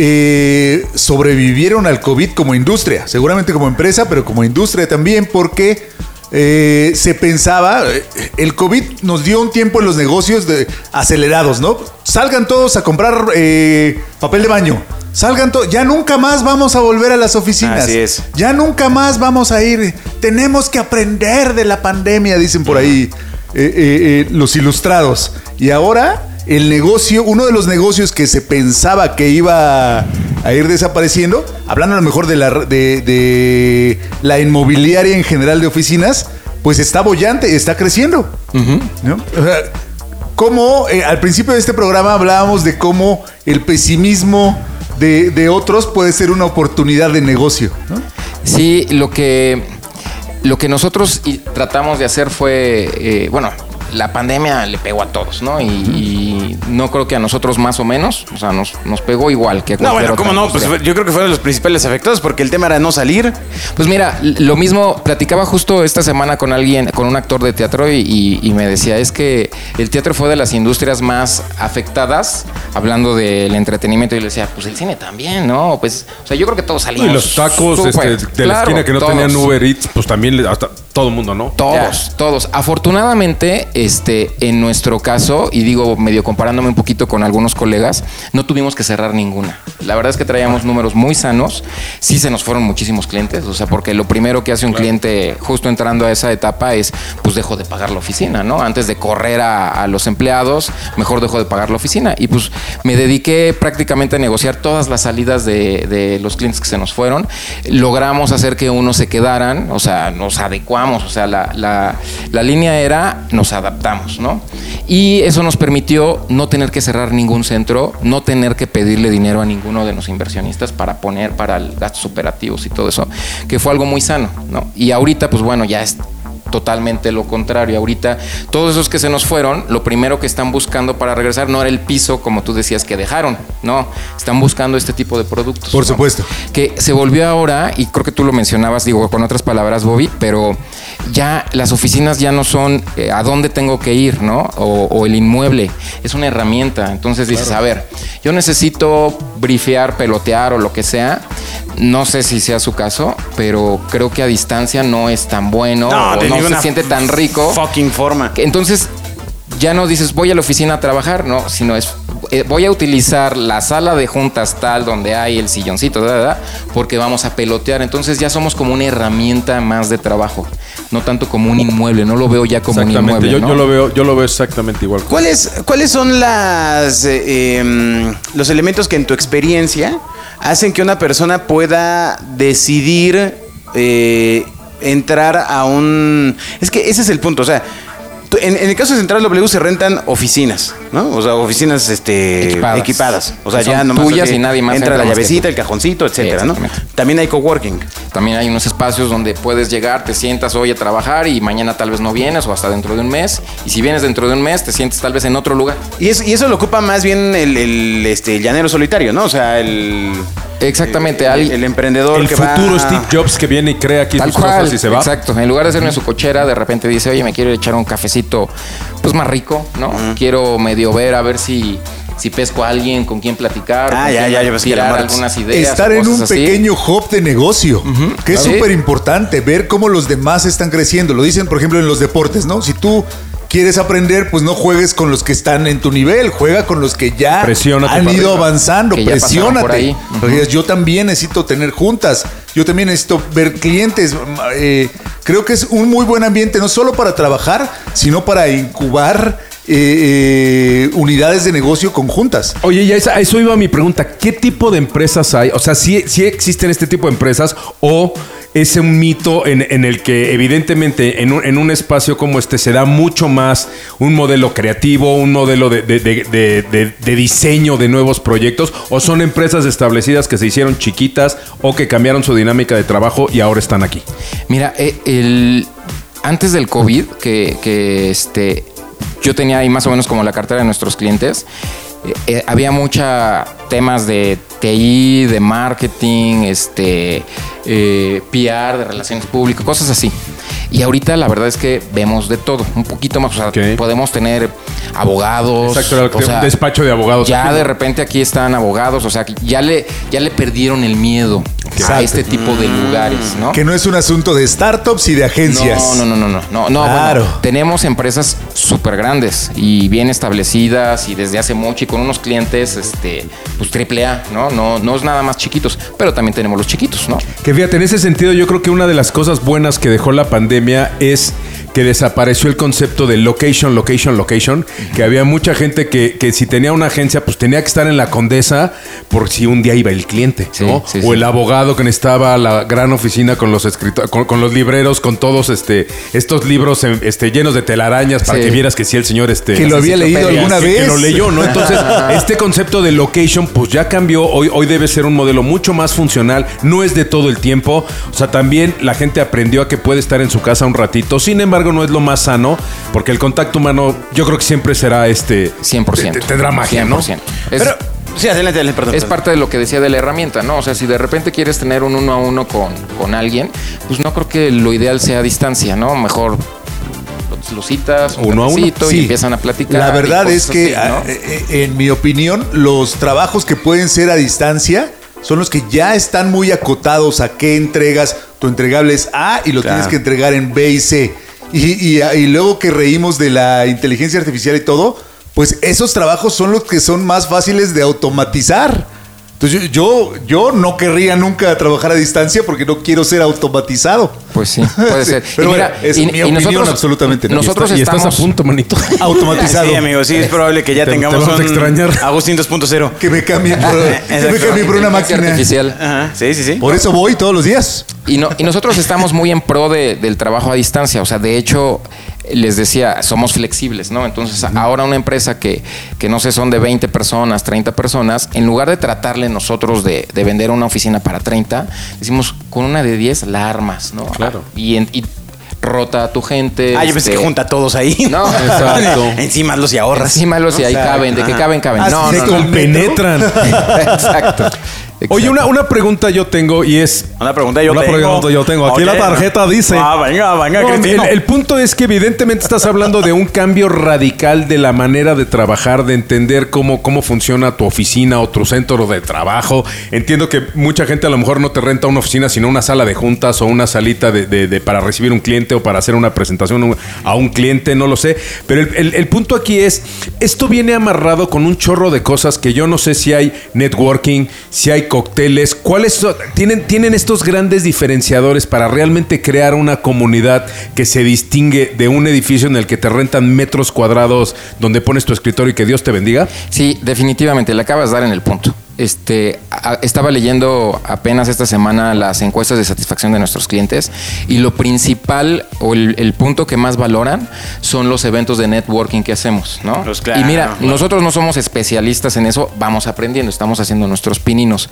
[SPEAKER 4] eh, sobrevivieron al COVID como industria, seguramente como empresa, pero como industria también, porque eh, se pensaba, eh, el COVID nos dio un tiempo en los negocios de, acelerados, ¿no? Salgan todos a comprar eh, papel de baño. Salgan todos, ya nunca más vamos a volver a las oficinas.
[SPEAKER 6] Así es.
[SPEAKER 4] Ya nunca más vamos a ir. Tenemos que aprender de la pandemia, dicen por ahí eh, eh, eh, los ilustrados. Y ahora el negocio, uno de los negocios que se pensaba que iba a ir desapareciendo, hablando a lo mejor de la, de, de la inmobiliaria en general de oficinas, pues está bollante, está creciendo. ¿no? O sea, cómo eh, al principio de este programa hablábamos de cómo el pesimismo de, de otros puede ser una oportunidad de negocio. ¿no?
[SPEAKER 7] Sí, lo que, lo que nosotros y- tratamos de hacer fue, eh, bueno, la pandemia le pegó a todos, ¿no? Y, y no creo que a nosotros más o menos, o sea, nos, nos pegó igual que a
[SPEAKER 6] No, bueno,
[SPEAKER 7] cualquier otra
[SPEAKER 6] ¿cómo no? Pues
[SPEAKER 7] industria.
[SPEAKER 6] yo creo que fueron los principales afectados porque el tema era no salir.
[SPEAKER 7] Pues mira, lo mismo platicaba justo esta semana con alguien, con un actor de teatro y, y- y me decía, es que el teatro fue de las industrias más afectadas, hablando del entretenimiento, y le decía, pues el cine también, ¿no? Pues, o sea, yo creo que todos
[SPEAKER 5] Y
[SPEAKER 7] salimos.
[SPEAKER 5] los tacos
[SPEAKER 7] súper,
[SPEAKER 5] este, de la
[SPEAKER 7] claro,
[SPEAKER 5] esquina que no
[SPEAKER 7] todos.
[SPEAKER 5] tenían Uber Eats, pues también le- hasta todo el mundo, ¿no?
[SPEAKER 7] Todos, todos. Afortunadamente, este, en nuestro caso, y digo medio comparándome un poquito con algunos colegas, no tuvimos que cerrar ninguna. La verdad es que traíamos números muy sanos. Sí se nos fueron muchísimos clientes, o sea, porque lo primero que hace un cliente justo entrando a esa etapa es, pues dejo de pagar la oficina, ¿no? Antes de correr a, a los empleados, mejor dejo de pagar la oficina. Y pues me dediqué prácticamente a negociar todas las salidas de, de los clientes que se nos fueron. Logramos hacer que unos se quedaran, o sea, nos adecuamos, o sea, la, la- la línea era nos adaptamos, ¿no? Y eso nos permitió no tener que cerrar ningún centro, no tener que pedirle dinero a ninguno de los inversionistas para poner para el- gastos operativos y todo eso, que fue algo muy sano, ¿no? Y ahorita, pues bueno, ya es totalmente lo contrario. Ahorita todos esos que se nos fueron, lo primero que están buscando para regresar no era el piso como tú decías que dejaron, no, están buscando este tipo de productos.
[SPEAKER 4] Por
[SPEAKER 7] ¿no?
[SPEAKER 4] supuesto.
[SPEAKER 7] Que se volvió ahora, y creo que tú lo mencionabas, digo, con otras palabras, Bobby, pero ya las oficinas ya no son eh, a dónde tengo que ir, ¿no? O, o el inmueble, es una herramienta. Entonces dices, a ver, yo necesito brifear, pelotear o lo que sea. No sé si sea su caso, pero creo que a distancia no es tan bueno
[SPEAKER 6] No,
[SPEAKER 7] o
[SPEAKER 6] de
[SPEAKER 7] no
[SPEAKER 6] ninguna
[SPEAKER 7] se siente tan rico.
[SPEAKER 6] Fucking forma.
[SPEAKER 7] Que Entonces, ya no dices voy a la oficina a trabajar, no, sino es eh, voy a utilizar la sala de juntas tal donde hay el silloncito, da, da, da, porque vamos a pelotear. Entonces ya somos como una herramienta más de trabajo, no tanto como un inmueble, no lo veo ya como un
[SPEAKER 5] Exactamente.
[SPEAKER 7] inmueble.
[SPEAKER 5] yo,
[SPEAKER 7] ¿no?
[SPEAKER 5] yo lo veo, yo lo veo exactamente igual.
[SPEAKER 6] ¿Cuáles, ¿Cuáles son las, eh, em, los elementos que en tu experiencia hacen que una persona pueda decidir eh, entrar a un... Es que ese es el punto, o sea... tú- En, en el caso de Central W se rentan oficinas, ¿no? O sea, oficinas este, equipadas.
[SPEAKER 7] Equipadas.
[SPEAKER 6] O sea,
[SPEAKER 7] Que
[SPEAKER 6] ya
[SPEAKER 7] son
[SPEAKER 6] nomás
[SPEAKER 7] tuyas
[SPEAKER 6] así
[SPEAKER 7] y nadie más
[SPEAKER 6] entra
[SPEAKER 7] entra
[SPEAKER 6] la
[SPEAKER 7] más que
[SPEAKER 6] llavecita,
[SPEAKER 7] tú.
[SPEAKER 6] el cajoncito, etcétera, ¿no?
[SPEAKER 7] exactamente.
[SPEAKER 6] También hay coworking.
[SPEAKER 7] También hay unos espacios donde puedes llegar, te sientas hoy a trabajar y mañana tal vez no vienes o hasta dentro de un mes. Y si vienes dentro de un mes, te sientes tal vez en otro lugar.
[SPEAKER 6] Y, es- y eso lo ocupa más bien el, el, este, el llanero solitario, ¿no? O sea, el...
[SPEAKER 7] Exactamente,
[SPEAKER 6] el,
[SPEAKER 7] alguien-
[SPEAKER 6] el emprendedor
[SPEAKER 5] Eh, el
[SPEAKER 6] que va-
[SPEAKER 5] futuro Steve Jobs que viene y crea aquí
[SPEAKER 7] Tal
[SPEAKER 5] sus
[SPEAKER 7] cual.
[SPEAKER 5] cosas y se va.
[SPEAKER 7] Exacto. En lugar de hacerme su cochera, de repente dice, oye, me quiero echar un cafecito, pues más rico, ¿no? Quiero medio ver a ver si, si pesco a alguien con quien platicar,
[SPEAKER 6] Ah,
[SPEAKER 7] con
[SPEAKER 6] ya,
[SPEAKER 7] quien
[SPEAKER 6] ya, ya ves que
[SPEAKER 7] tirar
[SPEAKER 6] la marca-
[SPEAKER 7] algunas ideas. o
[SPEAKER 4] Estar en
[SPEAKER 7] cosas
[SPEAKER 4] un
[SPEAKER 7] así.
[SPEAKER 4] pequeño hub de negocio, que es
[SPEAKER 7] Sí.
[SPEAKER 4] súper importante, ver cómo los demás están creciendo. Lo dicen, por ejemplo, en los deportes, ¿no? Si tú quieres aprender, pues no juegues con los que están en tu nivel, juega con los que ya
[SPEAKER 5] Presiónate
[SPEAKER 4] han
[SPEAKER 5] para
[SPEAKER 4] ido
[SPEAKER 5] arriba.
[SPEAKER 4] avanzando,
[SPEAKER 7] Que ya pasaron
[SPEAKER 4] presiónate.
[SPEAKER 7] por ahí. Ujú.
[SPEAKER 4] Porque yo también necesito tener juntas, yo también necesito ver clientes. eh, creo que es un muy buen ambiente, no solo para trabajar, sino para incubar eh, eh, unidades de negocio conjuntas.
[SPEAKER 5] Oye, y a esa- a eso iba mi pregunta. ¿Qué tipo de empresas hay? O sea, si existen este tipo de empresas o es un mito en, en el que evidentemente en un, en un espacio como este se da mucho más un modelo creativo, un modelo de, de- de- de- de- de diseño de nuevos proyectos o son empresas establecidas que se hicieron chiquitas o que cambiaron su dinámica de trabajo y ahora están aquí.
[SPEAKER 7] Mira, eh, el, antes del COVID, que, que, este, yo tenía ahí más o menos como la cartera de nuestros clientes, eh, eh, había mucha temas de TI, de marketing, este, eh, PR, de relaciones públicas, cosas así. Y ahorita la verdad es que vemos de todo, un poquito más. O sea,
[SPEAKER 5] Ok.
[SPEAKER 7] podemos tener abogados.
[SPEAKER 5] Exacto, era lo que
[SPEAKER 7] o
[SPEAKER 5] te-
[SPEAKER 7] sea,
[SPEAKER 5] un despacho de abogados.
[SPEAKER 7] Ya
[SPEAKER 5] Aquí,
[SPEAKER 7] de
[SPEAKER 5] ¿no?
[SPEAKER 7] repente aquí están abogados, o sea, que ya le, ya le perdieron el miedo a
[SPEAKER 4] Exacto.
[SPEAKER 7] este tipo de lugares, ¿no?
[SPEAKER 4] Que no es un asunto de startups y de agencias.
[SPEAKER 7] No, no, no, no, no, no.
[SPEAKER 4] Claro.
[SPEAKER 7] bueno, tenemos empresas súper grandes y bien establecidas y desde hace mucho y con unos clientes, este, pues triple A, ¿no? No, no es nada más chiquitos, pero también tenemos los chiquitos, ¿no?
[SPEAKER 5] Que fíjate, en ese sentido yo creo que una de las cosas buenas que dejó la pandemia es que desapareció el concepto de location, location, location, que había mucha gente que, que si tenía una agencia, pues tenía que estar en la condesa por si un día iba el cliente,
[SPEAKER 7] Sí,
[SPEAKER 5] ¿no?
[SPEAKER 7] sí,
[SPEAKER 5] o
[SPEAKER 7] sí.
[SPEAKER 5] el abogado que necesitaba la gran oficina con los escritor con, con los libreros, con todos este, estos libros em, este, llenos de telarañas para
[SPEAKER 7] Sí.
[SPEAKER 5] que vieras que sí el señor este,
[SPEAKER 4] Que lo había leído
[SPEAKER 5] que-
[SPEAKER 4] alguna
[SPEAKER 5] que,
[SPEAKER 4] vez.
[SPEAKER 5] lo leyó, ¿no? Entonces, este concepto de location, pues ya cambió. Hoy, hoy debe ser un modelo mucho más funcional. No es de todo el tiempo. O sea, también la gente aprendió a que puede estar en su casa un ratito. Sin embargo, no es lo más sano, porque el contacto humano, yo creo que siempre será este.
[SPEAKER 7] 100%.
[SPEAKER 5] te- Tendrá magia, ¿no?
[SPEAKER 7] 100%. Es,
[SPEAKER 6] Pero, sí, adelante, adelante, perdón.
[SPEAKER 7] es
[SPEAKER 6] perdón.
[SPEAKER 7] parte de lo que decía de la herramienta, ¿no? O sea, si de repente quieres tener un uno a uno con, con alguien, pues no creo que lo ideal sea a distancia, ¿no? Mejor los- los citas, un
[SPEAKER 5] Uno a uno.
[SPEAKER 7] cafecito y
[SPEAKER 4] Sí.
[SPEAKER 7] empiezan a platicar.
[SPEAKER 4] La
[SPEAKER 7] y
[SPEAKER 4] verdad
[SPEAKER 7] cosas
[SPEAKER 4] es que,
[SPEAKER 7] así, ¿no?
[SPEAKER 5] ah,
[SPEAKER 4] a- eh, eh, en mi opinión, los trabajos que pueden ser a distancia son los que ya están muy acotados a qué entregas. Tu entregable es A y lo tienes que entregar en B y C. Y, y- y luego que reímos de la inteligencia artificial y todo, pues esos trabajos son los que son más fáciles de automatizar. Entonces yo, yo, yo no querría nunca trabajar a distancia porque no quiero ser automatizado.
[SPEAKER 7] Pues sí, puede
[SPEAKER 4] Sí,
[SPEAKER 7] ser.
[SPEAKER 4] pero bueno, es mi opinión absolutamente, ¿no?
[SPEAKER 7] Nosotros
[SPEAKER 5] y estás
[SPEAKER 7] estamos
[SPEAKER 5] a punto, manito.
[SPEAKER 4] Automatizado.
[SPEAKER 6] Sí, amigo, sí, es probable que ya
[SPEAKER 5] Eh, Te- te
[SPEAKER 6] tengamos
[SPEAKER 5] vamos a
[SPEAKER 6] un
[SPEAKER 5] extrañar.
[SPEAKER 6] Agustín 2.0.
[SPEAKER 4] Que me cambien por, que me
[SPEAKER 6] Exacto.
[SPEAKER 4] cambien por una
[SPEAKER 7] inteligencia
[SPEAKER 4] máquina.
[SPEAKER 7] artificial.
[SPEAKER 6] Ajá, sí, sí, sí.
[SPEAKER 7] Pues,
[SPEAKER 4] Por eso voy todos los días.
[SPEAKER 7] Y, no, y nosotros estamos muy en pro de- del trabajo a distancia. O sea, de hecho, les decía, somos flexibles, ¿no? Entonces, ahora una empresa que, que no sé, son de 20 personas, 30 personas, en lugar de tratarle nosotros de, de vender una oficina para 30, decimos, con una de 10 la armas, ¿no?
[SPEAKER 5] Claro.
[SPEAKER 7] Y, en- y rota a tu gente.
[SPEAKER 6] Ah, yo pensé que
[SPEAKER 7] este,
[SPEAKER 6] junta a todos ahí.
[SPEAKER 7] No.
[SPEAKER 5] Exacto.
[SPEAKER 6] Encima los y ahorras.
[SPEAKER 7] Encima los y ahí caben, de que caben, caben.
[SPEAKER 4] Ah,
[SPEAKER 7] No,
[SPEAKER 4] sí,
[SPEAKER 7] no,
[SPEAKER 4] sí,
[SPEAKER 7] no.
[SPEAKER 5] Penetran.
[SPEAKER 7] Exacto.
[SPEAKER 5] Oye,
[SPEAKER 7] Exacto.
[SPEAKER 5] una, una pregunta yo tengo y es.
[SPEAKER 6] Una pregunta yo
[SPEAKER 5] Una
[SPEAKER 6] tengo.
[SPEAKER 5] pregunta yo tengo. Aquí
[SPEAKER 6] Ok.
[SPEAKER 5] la tarjeta dice.
[SPEAKER 6] Ah, venga, venga,
[SPEAKER 5] No, el,
[SPEAKER 6] Cristino.
[SPEAKER 5] el punto es que evidentemente estás hablando de un cambio radical de la manera de trabajar, de entender cómo, cómo funciona tu oficina o tu centro de trabajo. Entiendo que mucha gente a lo mejor no te renta una oficina, sino una sala de juntas o una salita de, de- de- para recibir un cliente o para hacer una presentación a un cliente, no lo sé. Pero el, el- el punto aquí es, esto viene amarrado con un chorro de cosas que yo no sé si hay networking, si hay cócteles, cuáles son- tienen, tienen estos grandes diferenciadores para realmente crear una comunidad que se distingue de un edificio en el que te rentan metros cuadrados donde pones tu escritorio y que Dios te bendiga.
[SPEAKER 7] Sí, definitivamente, le acabas de dar en el punto. Este, a- estaba leyendo apenas esta semana las encuestas de satisfacción de nuestros clientes y lo principal o el, el punto que más valoran son los eventos de networking que hacemos, ¿no?
[SPEAKER 6] Pues claro.
[SPEAKER 7] Y mira, nosotros no somos especialistas en eso, vamos aprendiendo, estamos haciendo nuestros pininos,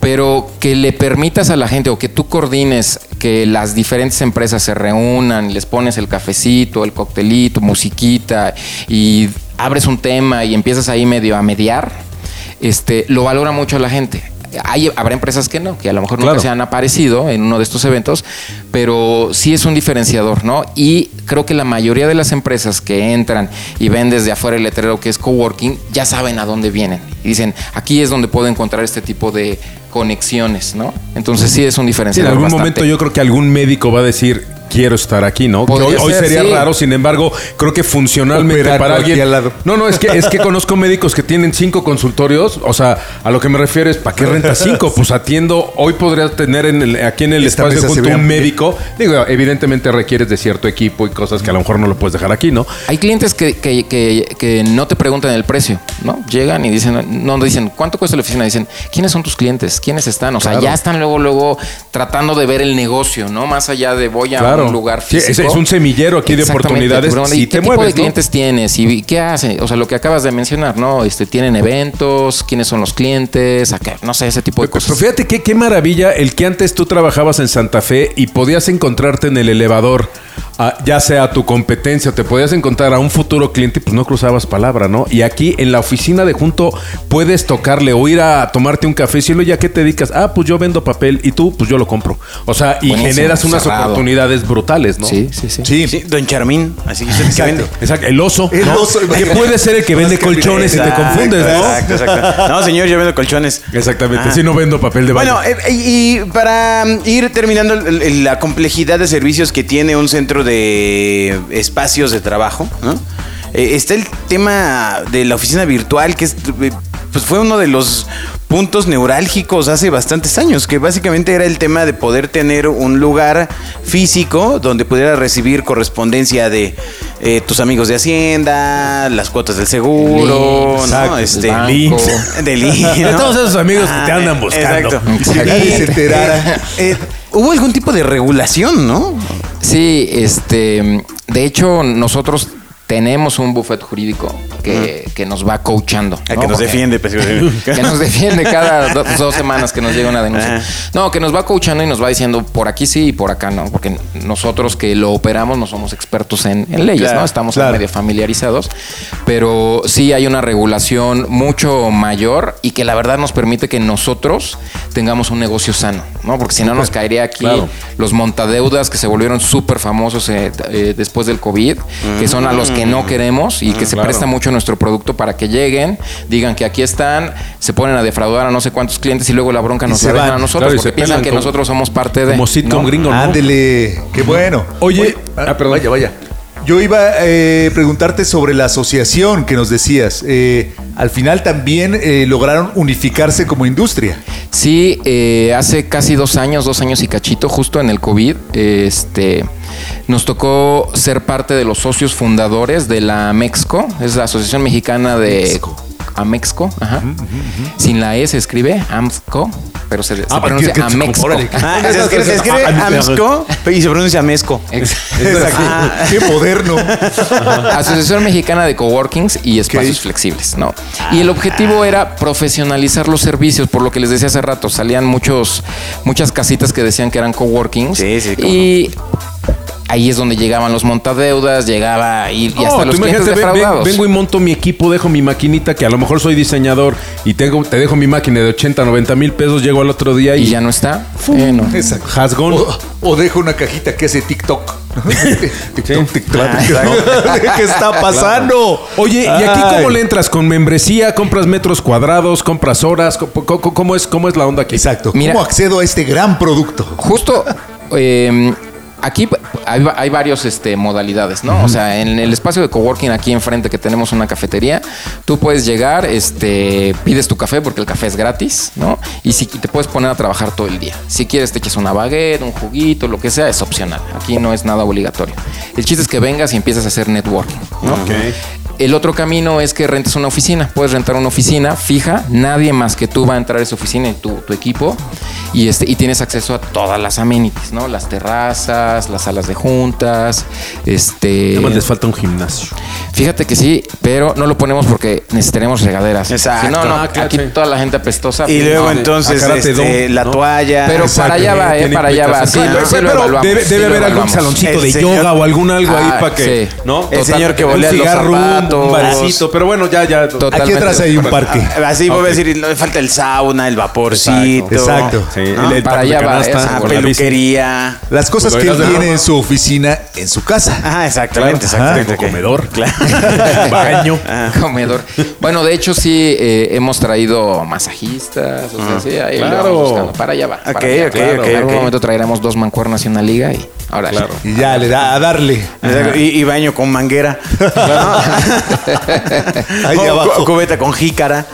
[SPEAKER 7] pero que le permitas a la gente o que tú coordines que las diferentes empresas se reúnan, les pones el cafecito, el coctelito, musiquita y abres un tema y empiezas ahí medio a mediar, este, lo valora mucho la gente. Hay, habrá empresas que no, que a lo mejor nunca
[SPEAKER 5] Claro.
[SPEAKER 7] se han aparecido en uno de estos eventos, pero sí es un diferenciador, ¿no? Y creo que la mayoría de las empresas que entran y ven desde afuera el letrero que es coworking, ya saben a dónde vienen. Y dicen, aquí es donde puedo encontrar este tipo de conexiones, ¿no? Entonces sí es un
[SPEAKER 5] en
[SPEAKER 7] diferenciador.
[SPEAKER 5] algún
[SPEAKER 7] bastante.
[SPEAKER 5] momento yo creo que algún médico va a decir, quiero estar aquí, ¿no? Que hoy,
[SPEAKER 7] Podría
[SPEAKER 5] hoy
[SPEAKER 7] ser,
[SPEAKER 5] sería
[SPEAKER 7] sí.
[SPEAKER 5] raro, sin embargo, creo que funcionalmente
[SPEAKER 4] Operar
[SPEAKER 5] para
[SPEAKER 4] por aquí
[SPEAKER 5] alguien.
[SPEAKER 4] al lado.
[SPEAKER 5] No, no, es que es que conozco médicos que tienen cinco consultorios. O sea, a lo que me refiero es ¿para qué renta cinco? Pues atiendo, hoy podría tener en el- aquí en el
[SPEAKER 4] Esta
[SPEAKER 5] espacio
[SPEAKER 4] mesa se
[SPEAKER 5] junto
[SPEAKER 4] ve
[SPEAKER 5] a un
[SPEAKER 4] amplia.
[SPEAKER 5] médico. Digo, evidentemente requieres de cierto equipo y cosas que a lo mejor no lo puedes dejar aquí, ¿no?
[SPEAKER 7] Hay clientes que, que- que- que no te preguntan el precio, ¿no? Llegan y dicen, no, no dicen, ¿cuánto cuesta la oficina? Dicen, ¿quiénes son tus clientes? ¿Quiénes están? O sea, ya están luego, luego tratando de ver el negocio, ¿no? Más allá de voy a
[SPEAKER 5] Claro.
[SPEAKER 7] un lugar
[SPEAKER 5] Sí, es-
[SPEAKER 7] físico.
[SPEAKER 5] es un semillero aquí de
[SPEAKER 7] Exactamente,
[SPEAKER 5] oportunidades
[SPEAKER 7] te preguntan,
[SPEAKER 5] si
[SPEAKER 7] ¿y
[SPEAKER 5] te
[SPEAKER 7] ¿Qué tipo
[SPEAKER 5] mueves,
[SPEAKER 7] de
[SPEAKER 5] no?
[SPEAKER 7] clientes tienes? ¿Y qué hacen? O sea, lo que acabas de mencionar, ¿no? Este, ¿Tienen eventos? ¿Quiénes son los clientes? Acá, no sé, ese tipo de
[SPEAKER 5] Pero
[SPEAKER 7] cosas.
[SPEAKER 5] fíjate que- qué maravilla el que antes tú trabajabas en Santa Fe y podías encontrarte en el elevador, a- ya sea a tu competencia, te podías encontrar a un futuro cliente y pues no cruzabas palabra, ¿no? Y aquí en la oficina de junto puedes tocarle o ir a tomarte un café y decirle, ya ¿qué te dedicas? Ah, pues yo vendo papel y tú, pues yo lo compro. O sea, y
[SPEAKER 7] Buenísimo,
[SPEAKER 5] generas unas
[SPEAKER 7] cerrado.
[SPEAKER 5] oportunidades brutales, ¿no?
[SPEAKER 7] Sí, sí, sí.
[SPEAKER 4] Sí.
[SPEAKER 3] Sí, don Charmín, así que es el que vende.
[SPEAKER 5] Exacto, el oso.
[SPEAKER 4] El
[SPEAKER 5] ¿no?
[SPEAKER 4] oso,
[SPEAKER 5] que
[SPEAKER 4] imagínate.
[SPEAKER 5] puede ser el que vende colchones y te
[SPEAKER 3] Exacto,
[SPEAKER 5] confundes, ¿no?
[SPEAKER 3] Exacto, exacto. No, señor, yo vendo colchones.
[SPEAKER 5] Exactamente,
[SPEAKER 3] Ah.
[SPEAKER 5] si no vendo papel de baño.
[SPEAKER 3] Bueno, eh, y y para mm, ir terminando el- el- la complejidad de servicios que tiene un centro de espacios de trabajo, ¿no? Eh, está el tema de la oficina virtual, que es, eh, pues fue uno de los puntos neurálgicos hace bastantes años, que básicamente era el tema de poder tener un lugar físico donde pudiera recibir correspondencia de eh, tus amigos de Hacienda, las cuotas del seguro,
[SPEAKER 7] IMSS,
[SPEAKER 3] ¿no?
[SPEAKER 7] exacto,
[SPEAKER 3] Este,
[SPEAKER 7] el banco.
[SPEAKER 3] IMSS, del IMSS,
[SPEAKER 5] De
[SPEAKER 3] ¿no?
[SPEAKER 5] todos esos amigos que te andan
[SPEAKER 3] eh,
[SPEAKER 5] buscando.
[SPEAKER 3] Exacto.
[SPEAKER 4] Si nadie se enterara.
[SPEAKER 3] Eh, eh, Hubo algún tipo de regulación, ¿no?
[SPEAKER 7] Sí, este, de hecho nosotros tenemos un buffet jurídico que, que nos va coachando.
[SPEAKER 3] A
[SPEAKER 7] ¿no?
[SPEAKER 3] que nos
[SPEAKER 7] Porque-
[SPEAKER 3] defiende. pues,
[SPEAKER 7] Que nos defiende cada do- dos semanas que nos llega una denuncia. No, que nos va coachando y nos va diciendo por aquí sí y por acá no, porque nosotros que lo operamos no somos expertos en, en leyes,
[SPEAKER 3] Claro,
[SPEAKER 7] ¿no? Estamos
[SPEAKER 4] claro.
[SPEAKER 7] medio familiarizados, pero sí hay una regulación mucho mayor y que la verdad nos permite que nosotros tengamos un negocio sano, ¿no? Porque si no nos caería aquí
[SPEAKER 5] Claro.
[SPEAKER 7] los montadeudas que se volvieron súper famosos eh, t- eh, después del COVID, que son a los que no queremos y que se
[SPEAKER 5] Mm. claro.
[SPEAKER 7] presta mucho nuestro producto para que lleguen, digan que aquí están, se ponen a defraudar a no sé cuántos clientes y luego la bronca nos
[SPEAKER 4] se
[SPEAKER 7] la dejan
[SPEAKER 4] van.
[SPEAKER 7] a nosotros
[SPEAKER 5] Claro, y
[SPEAKER 7] porque
[SPEAKER 5] se
[SPEAKER 7] piensan
[SPEAKER 5] pelan
[SPEAKER 7] que
[SPEAKER 5] como-
[SPEAKER 7] nosotros somos parte de...
[SPEAKER 5] Como sitcom
[SPEAKER 7] ¿no?
[SPEAKER 5] gringo, ¿no?
[SPEAKER 4] Ándele, qué bueno.
[SPEAKER 5] Oye,
[SPEAKER 4] ah,
[SPEAKER 5] ah, perdón.
[SPEAKER 4] vaya, vaya. Yo iba a eh, preguntarte sobre la asociación que nos decías. Eh, al final también eh, lograron unificarse como industria.
[SPEAKER 7] Sí, eh, hace casi dos años, dos años y cachito, justo en el COVID, este, nos tocó ser parte de los socios fundadores de la Amexco, es la Asociación Mexicana de Amexco, ajá. sin la S se escribe Amexco, pero se, se
[SPEAKER 5] Ah,
[SPEAKER 7] pronuncia
[SPEAKER 5] que- que-
[SPEAKER 7] Amexco.
[SPEAKER 5] órale.
[SPEAKER 3] Ah, se escribe, se escribe AMSCO y se pronuncia AMESCO.
[SPEAKER 7] Ex-
[SPEAKER 4] Ah, Qué moderno.
[SPEAKER 7] Asociación Mexicana de Coworkings y Espacios
[SPEAKER 4] Ok.
[SPEAKER 7] Flexibles, ¿no? Y
[SPEAKER 3] Ah.
[SPEAKER 7] el objetivo era profesionalizar los servicios, por lo que les decía hace rato, salían muchos, muchas casitas que decían que eran coworkings.
[SPEAKER 3] Sí, sí, cómo
[SPEAKER 7] Y ahí es donde llegaban los montadeudas, llegaba y, y
[SPEAKER 5] No,
[SPEAKER 7] hasta
[SPEAKER 5] Oh, tú
[SPEAKER 7] los clientes
[SPEAKER 5] imagínate, ven- ven-
[SPEAKER 7] defraudados.
[SPEAKER 5] vengo y monto mi equipo, dejo mi maquinita, que a lo mejor soy diseñador, y tengo, te dejo mi máquina de 80, 90 mil pesos, llego al otro día y,
[SPEAKER 7] y ya Oh. no está. Eh, no.
[SPEAKER 4] Exacto.
[SPEAKER 5] Hasgón.
[SPEAKER 4] O, o dejo una cajita que hace TikTok. TikTok, TikTok. ¿Qué está pasando?
[SPEAKER 5] Ah, Oye, ¿y aquí
[SPEAKER 4] Ay.
[SPEAKER 5] cómo le entras? ¿Con membresía? ¿Compras metros cuadrados? ¿Compras horas? ¿Cómo, cómo- cómo es, ¿Cómo es la onda aquí?
[SPEAKER 4] Exacto.
[SPEAKER 7] Mira.
[SPEAKER 4] ¿Cómo accedo a este gran producto?
[SPEAKER 7] Justo eh, aquí hay, hay varios este, modalidades, ¿no? O sea, en el espacio de coworking aquí enfrente que tenemos una cafetería, tú puedes llegar, este, pides tu café porque el café es gratis, ¿no? Y si y te puedes poner a trabajar todo el día. Si quieres te echas una baguette, un juguito, lo que sea, es opcional. Aquí no es nada obligatorio. El chiste es que vengas y empiezas a hacer networking, ¿no? El otro camino es que rentes una oficina. Puedes rentar una oficina fija, nadie más que tú va a entrar a esa oficina y tu, tu equipo. Y, este, y tienes acceso a todas las amenities, ¿no? Las terrazas, las salas de juntas. Este,
[SPEAKER 5] Nada más les falta un gimnasio.
[SPEAKER 7] fíjate que sí, pero no lo ponemos porque necesitaremos regaderas.
[SPEAKER 3] Exacto.
[SPEAKER 7] Si no, no,
[SPEAKER 5] Ah, claro,
[SPEAKER 7] aquí
[SPEAKER 5] sí.
[SPEAKER 7] toda la gente apestosa.
[SPEAKER 3] Y
[SPEAKER 7] pues,
[SPEAKER 3] luego
[SPEAKER 7] no.
[SPEAKER 3] entonces
[SPEAKER 5] a karate
[SPEAKER 3] este,
[SPEAKER 5] don,
[SPEAKER 3] la
[SPEAKER 5] ¿no?
[SPEAKER 3] toalla.
[SPEAKER 7] Pero para allá va, ¿eh?
[SPEAKER 5] ah, Tiene
[SPEAKER 7] Para allá va.
[SPEAKER 5] implicaciones.
[SPEAKER 7] Sí,
[SPEAKER 5] Claro,
[SPEAKER 7] lo- sí lo
[SPEAKER 5] pero
[SPEAKER 7] evaluamos,
[SPEAKER 5] debe,
[SPEAKER 7] sí
[SPEAKER 5] debe
[SPEAKER 7] lo
[SPEAKER 5] haber algún
[SPEAKER 7] evaluamos.
[SPEAKER 5] saloncito
[SPEAKER 3] El
[SPEAKER 5] de
[SPEAKER 3] señor-
[SPEAKER 5] yoga o algún algo
[SPEAKER 7] Ah,
[SPEAKER 5] ahí para que.
[SPEAKER 7] sí.
[SPEAKER 5] ¿No?
[SPEAKER 3] El señor que
[SPEAKER 5] un
[SPEAKER 3] volea los
[SPEAKER 5] cigarro, un
[SPEAKER 3] zapatos.
[SPEAKER 5] barcito. Pero bueno, ya, ya.
[SPEAKER 4] Aquí
[SPEAKER 7] Totalmente
[SPEAKER 4] atrás hay un parque.
[SPEAKER 3] Así voy a decir, no, falta el sauna, el vaporcito.
[SPEAKER 4] Exacto.
[SPEAKER 5] Sí,
[SPEAKER 3] ¿no?
[SPEAKER 5] el- el
[SPEAKER 7] Para
[SPEAKER 5] taco de
[SPEAKER 7] allá va,
[SPEAKER 5] canasta,
[SPEAKER 7] esa,
[SPEAKER 3] La
[SPEAKER 5] con la bici.
[SPEAKER 3] peluquería.
[SPEAKER 4] Las cosas
[SPEAKER 5] Pues
[SPEAKER 4] que él
[SPEAKER 5] ahorita se
[SPEAKER 4] tiene
[SPEAKER 5] llama.
[SPEAKER 4] en su oficina, en su casa.
[SPEAKER 3] Ajá, exactamente,
[SPEAKER 4] Claro, ajá,
[SPEAKER 3] exactamente.
[SPEAKER 5] tengo
[SPEAKER 3] ok.
[SPEAKER 5] comedor.
[SPEAKER 3] Claro. Ah,
[SPEAKER 5] Baño.
[SPEAKER 7] Comedor. Bueno, de hecho, sí, eh, hemos traído masajistas. O sea, sí, ahí lo
[SPEAKER 5] claro.
[SPEAKER 7] vamos buscando. Para allá va. para
[SPEAKER 3] Ah, Ok,
[SPEAKER 7] allá.
[SPEAKER 3] ok,
[SPEAKER 7] Claro,
[SPEAKER 3] ok,
[SPEAKER 7] En algún
[SPEAKER 3] ok.
[SPEAKER 7] momento traeremos dos mancuernas y una liga y ahora sí.
[SPEAKER 5] Claro.
[SPEAKER 4] Y ya, le da a darle.
[SPEAKER 3] Exacto, Y, y baño con manguera.
[SPEAKER 4] Ahí
[SPEAKER 3] O
[SPEAKER 4] abajo.
[SPEAKER 3] cu- Cubeta con jícara.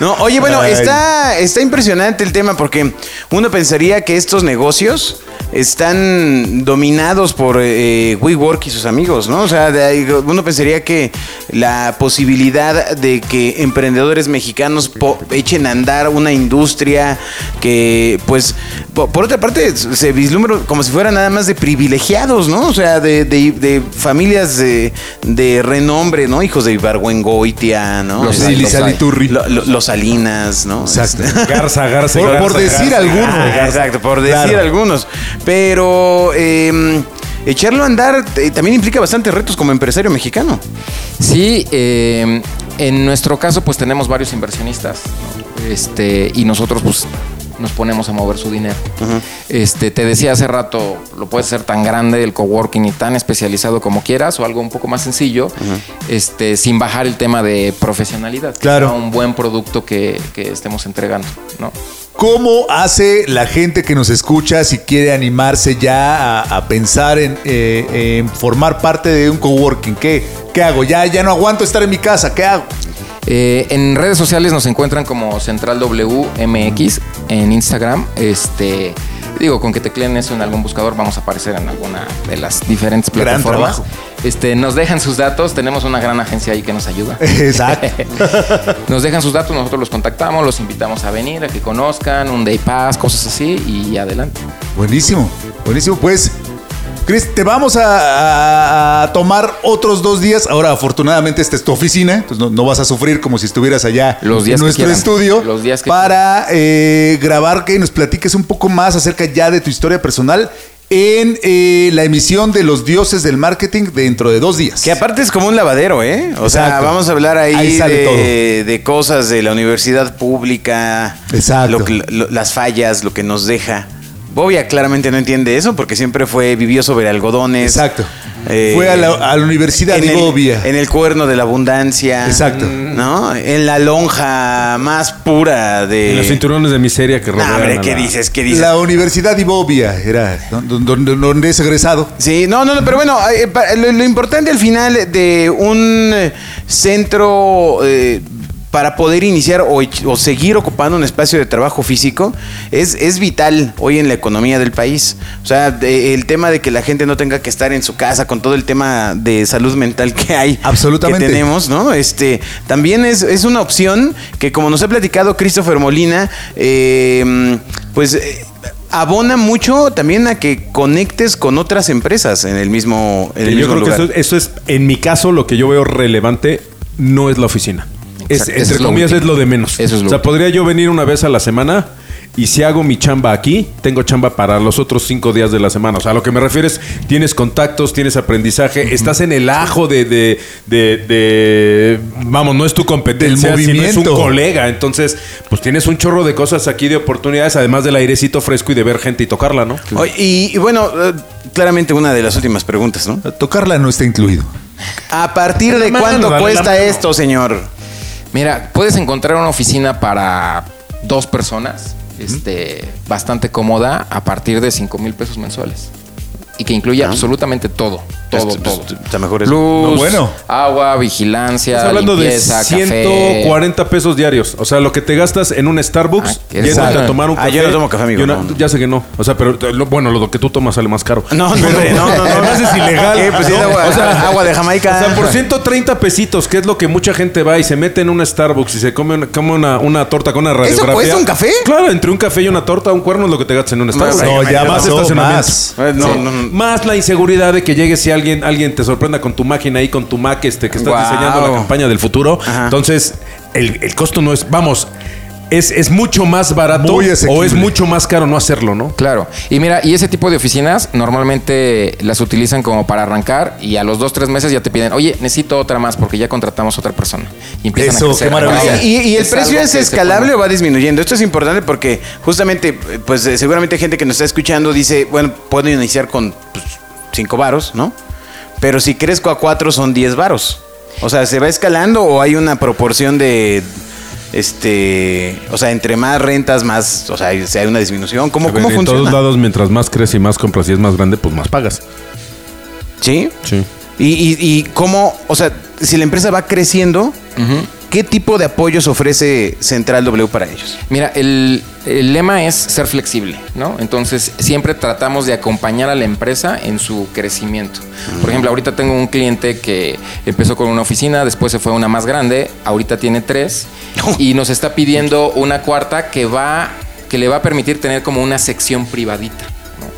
[SPEAKER 3] No, oye, bueno,
[SPEAKER 4] Ay.
[SPEAKER 3] está, está impresionante el tema porque uno pensaría que estos negocios están dominados por eh, WeWork y sus amigos, ¿no? O sea, de ahí- uno pensaría que la posibilidad de que emprendedores mexicanos po- echen a andar una industria que, pues, po- por otra parte, se vislumbra como si fuera nada más de privilegiados, ¿no? O sea, de, de- de familias de, de renombre, ¿no? Hijos de Ibargüengoitia, ¿no?
[SPEAKER 7] Los
[SPEAKER 3] Este,
[SPEAKER 7] Lili
[SPEAKER 4] Saliturri.
[SPEAKER 3] lo- lo- los Salinas, ¿no?
[SPEAKER 4] Exacto.
[SPEAKER 5] Garza, garza,
[SPEAKER 4] Por-
[SPEAKER 5] garza.
[SPEAKER 4] por decir
[SPEAKER 5] garza.
[SPEAKER 4] alguno.
[SPEAKER 3] Ah, exacto, por decir
[SPEAKER 4] Claro.
[SPEAKER 3] algunos. Pero eh, echarlo a andar eh, también implica bastantes retos como empresario mexicano.
[SPEAKER 7] Sí, eh, en nuestro caso, pues tenemos varios inversionistas. ¿no? Este, y nosotros, pues, nos ponemos a mover su dinero. Este, te decía hace rato, lo puedes hacer tan grande el coworking y tan especializado como quieras, o algo un poco más sencillo, este, sin bajar el tema de profesionalidad. que
[SPEAKER 4] Claro.
[SPEAKER 7] sea Un buen producto que, que estemos entregando, ¿no?
[SPEAKER 4] ¿Cómo hace la gente que nos escucha si quiere animarse ya a, a pensar en, eh, en formar parte de un coworking? ¿Qué, qué hago? Ya, ya no aguanto estar en mi casa, ¿qué hago?
[SPEAKER 7] Eh, en redes sociales nos encuentran como Central WMX en Instagram. Este, digo, con que tecleen eso en algún buscador, vamos a aparecer en alguna de las diferentes
[SPEAKER 4] Gran
[SPEAKER 7] plataformas.
[SPEAKER 4] trabajo.
[SPEAKER 7] Este, nos dejan sus datos, tenemos una gran agencia ahí que nos ayuda.
[SPEAKER 4] Exacto.
[SPEAKER 7] Nos dejan sus datos, nosotros los contactamos, los invitamos a venir, a que conozcan, un day pass, cosas así, y adelante.
[SPEAKER 4] Buenísimo, buenísimo. Pues, Chris, te vamos a, a- a tomar otros dos días. Ahora, afortunadamente, esta es tu oficina, entonces no, no vas a sufrir como si estuvieras allá
[SPEAKER 7] Los días
[SPEAKER 4] en
[SPEAKER 7] que
[SPEAKER 4] nuestro
[SPEAKER 7] quieran.
[SPEAKER 4] estudio
[SPEAKER 7] Los días que
[SPEAKER 4] para eh, grabar que nos platiques un poco más acerca ya de tu historia personal en eh, la emisión de Los Dioses del Marketing dentro de dos días.
[SPEAKER 3] Que aparte es como un lavadero, ¿eh? O sea,
[SPEAKER 4] Exacto.
[SPEAKER 3] vamos a hablar ahí,
[SPEAKER 4] Ahí sale
[SPEAKER 3] de, de cosas de la universidad pública,
[SPEAKER 4] Exacto.
[SPEAKER 3] lo que- lo- las fallas, lo que nos deja. Bobia claramente no entiende eso porque siempre fue vivió sobre algodones.
[SPEAKER 4] Exacto.
[SPEAKER 3] Eh,
[SPEAKER 4] Fue a la, a la universidad
[SPEAKER 3] en
[SPEAKER 4] de
[SPEAKER 3] el-
[SPEAKER 4] Bobia.
[SPEAKER 3] En el cuerno de la abundancia.
[SPEAKER 4] Exacto.
[SPEAKER 3] ¿No? En la lonja más pura de.
[SPEAKER 5] En los cinturones de miseria que
[SPEAKER 3] No,
[SPEAKER 5] rodean.
[SPEAKER 3] hombre,
[SPEAKER 5] a
[SPEAKER 3] ¿qué
[SPEAKER 5] la-
[SPEAKER 3] dices? ¿Qué dices?
[SPEAKER 4] La Universidad de Bobia era donde, donde- donde es egresado.
[SPEAKER 3] Sí, no, no, no, pero bueno, eh, pa- lo, lo importante al final de un eh, centro eh, para poder iniciar o, ech- o seguir ocupando un espacio de trabajo físico es, es vital hoy en la economía del país. O sea, de- el tema de que la gente no tenga que estar en su casa con todo el tema de salud mental que hay.
[SPEAKER 4] Absolutamente.
[SPEAKER 3] Que tenemos, ¿no? Este, también es, es una opción que como nos ha platicado Christopher Molina, eh, pues... eh, abona mucho también a que conectes con otras empresas en el mismo, en
[SPEAKER 5] Que
[SPEAKER 3] el
[SPEAKER 5] yo
[SPEAKER 3] mismo
[SPEAKER 5] creo
[SPEAKER 3] lugar.
[SPEAKER 5] que eso, eso es, en mi caso, lo que yo veo relevante no es la oficina. Es,
[SPEAKER 7] Exacto, eso
[SPEAKER 5] entre
[SPEAKER 7] es lo
[SPEAKER 5] comillas,
[SPEAKER 7] último.
[SPEAKER 5] es lo de menos.
[SPEAKER 7] Eso es lo
[SPEAKER 5] o sea,
[SPEAKER 7] último.
[SPEAKER 5] podría yo venir una vez a la semana y si hago mi chamba aquí, tengo chamba para los otros cinco días de la semana. O sea, a lo que me refieres, tienes contactos, tienes aprendizaje, estás en el ajo de, de, de- de- vamos, no es tu competencia,
[SPEAKER 4] Del
[SPEAKER 5] sino es un
[SPEAKER 4] movimiento.
[SPEAKER 5] colega. Entonces, pues tienes un chorro de cosas aquí, de oportunidades, además del airecito fresco y de ver gente y tocarla, ¿no?
[SPEAKER 3] Oye, y, y bueno, eh, claramente una de las últimas preguntas, ¿no?
[SPEAKER 4] Tocarla no está incluido.
[SPEAKER 3] ¿A partir de
[SPEAKER 5] La mano,
[SPEAKER 3] cuánto
[SPEAKER 5] dale la
[SPEAKER 3] cuesta
[SPEAKER 5] mano.
[SPEAKER 3] esto, señor?
[SPEAKER 7] Mira, puedes encontrar una oficina para dos personas, este, bastante cómoda, a partir de 5 mil pesos mensuales. Y que incluye
[SPEAKER 4] Ah.
[SPEAKER 7] absolutamente todo. Todo,
[SPEAKER 4] Este,
[SPEAKER 3] Esto,
[SPEAKER 7] todo.
[SPEAKER 3] pues, está mejor eso.
[SPEAKER 7] Luz,
[SPEAKER 4] No, bueno.
[SPEAKER 7] agua, vigilancia,
[SPEAKER 5] Estás hablando
[SPEAKER 7] limpieza,
[SPEAKER 5] de
[SPEAKER 7] café.
[SPEAKER 5] 140 pesos diarios. O sea, lo que te gastas en un Starbucks,
[SPEAKER 7] Ah, qué
[SPEAKER 5] yéndote
[SPEAKER 7] exacto.
[SPEAKER 5] a tomar un
[SPEAKER 3] Ah,
[SPEAKER 5] café.
[SPEAKER 3] yo no tomo café, amigo,
[SPEAKER 5] y una-
[SPEAKER 3] no.
[SPEAKER 5] Ya sé que no. O sea, pero eh, lo- bueno, lo que tú tomas sale más caro.
[SPEAKER 3] No, no, hombre, no, no, no.
[SPEAKER 5] Además es ilegal.
[SPEAKER 3] Eh, pues sí, es
[SPEAKER 5] ¿no?
[SPEAKER 3] agua,
[SPEAKER 5] O sea,
[SPEAKER 3] agua de Jamaica. Pues,
[SPEAKER 5] O sea, por 130 pesitos, que es lo que mucha gente va y se mete en un Starbucks y se come una, come una, una torta con una radiografía.
[SPEAKER 3] cuesta un café?
[SPEAKER 5] Claro, entre un café y una torta, un cuerno es lo que te gastas en un Starbucks.
[SPEAKER 4] No, ya
[SPEAKER 5] Más
[SPEAKER 4] pasó,
[SPEAKER 5] estacionamiento.
[SPEAKER 4] más.
[SPEAKER 3] Eh, no,
[SPEAKER 7] Sí.
[SPEAKER 3] no, no.
[SPEAKER 5] Más la inseguridad de que llegues y alguien, alguien te sorprenda con tu máquina ahí, con tu Mac, este, que estás
[SPEAKER 7] Guau.
[SPEAKER 5] diseñando la campaña del futuro.
[SPEAKER 3] Ajá.
[SPEAKER 5] Entonces, el, el costo no es, vamos, es, es mucho más barato
[SPEAKER 4] Muy
[SPEAKER 5] o
[SPEAKER 4] asequible.
[SPEAKER 5] es mucho más caro no hacerlo, ¿no?
[SPEAKER 7] Claro. Y mira, y ese tipo de oficinas normalmente las utilizan como para arrancar y a los dos, tres meses ya te piden, oye, necesito otra más porque ya contratamos otra persona. Y empiezan
[SPEAKER 4] Eso,
[SPEAKER 7] a crecer.
[SPEAKER 4] qué maravilla.
[SPEAKER 7] Vaya,
[SPEAKER 3] Y, y- y el precio
[SPEAKER 7] algo
[SPEAKER 3] es
[SPEAKER 7] que se
[SPEAKER 3] escalable
[SPEAKER 7] pone-
[SPEAKER 3] o va disminuyendo. Esto es importante porque justamente, pues eh, seguramente gente que nos está escuchando dice, bueno, puedo iniciar con pues, cinco varos, ¿no? Pero si crezco a cuatro son diez varos. O sea, ¿se va escalando o hay una proporción de. Este. O sea, entre más rentas, más. O sea, hay, si hay una disminución. ¿Cómo,
[SPEAKER 5] A
[SPEAKER 3] cómo
[SPEAKER 5] ver, en
[SPEAKER 3] funciona?
[SPEAKER 5] todos lados, mientras más creces y más compras y es más grande, pues más pagas.
[SPEAKER 3] Sí.
[SPEAKER 5] Sí.
[SPEAKER 3] Y, y, y cómo. O sea, si la empresa va creciendo, ¿qué tipo de apoyos ofrece Central W para ellos?
[SPEAKER 7] Mira, el, el lema es ser flexible, ¿no? Entonces, siempre tratamos de acompañar a la empresa en su crecimiento. Por ejemplo, ahorita tengo un cliente que empezó con una oficina, después se fue a una más grande, ahorita tiene tres y nos está pidiendo una cuarta que va que le va a permitir tener como una sección privadita.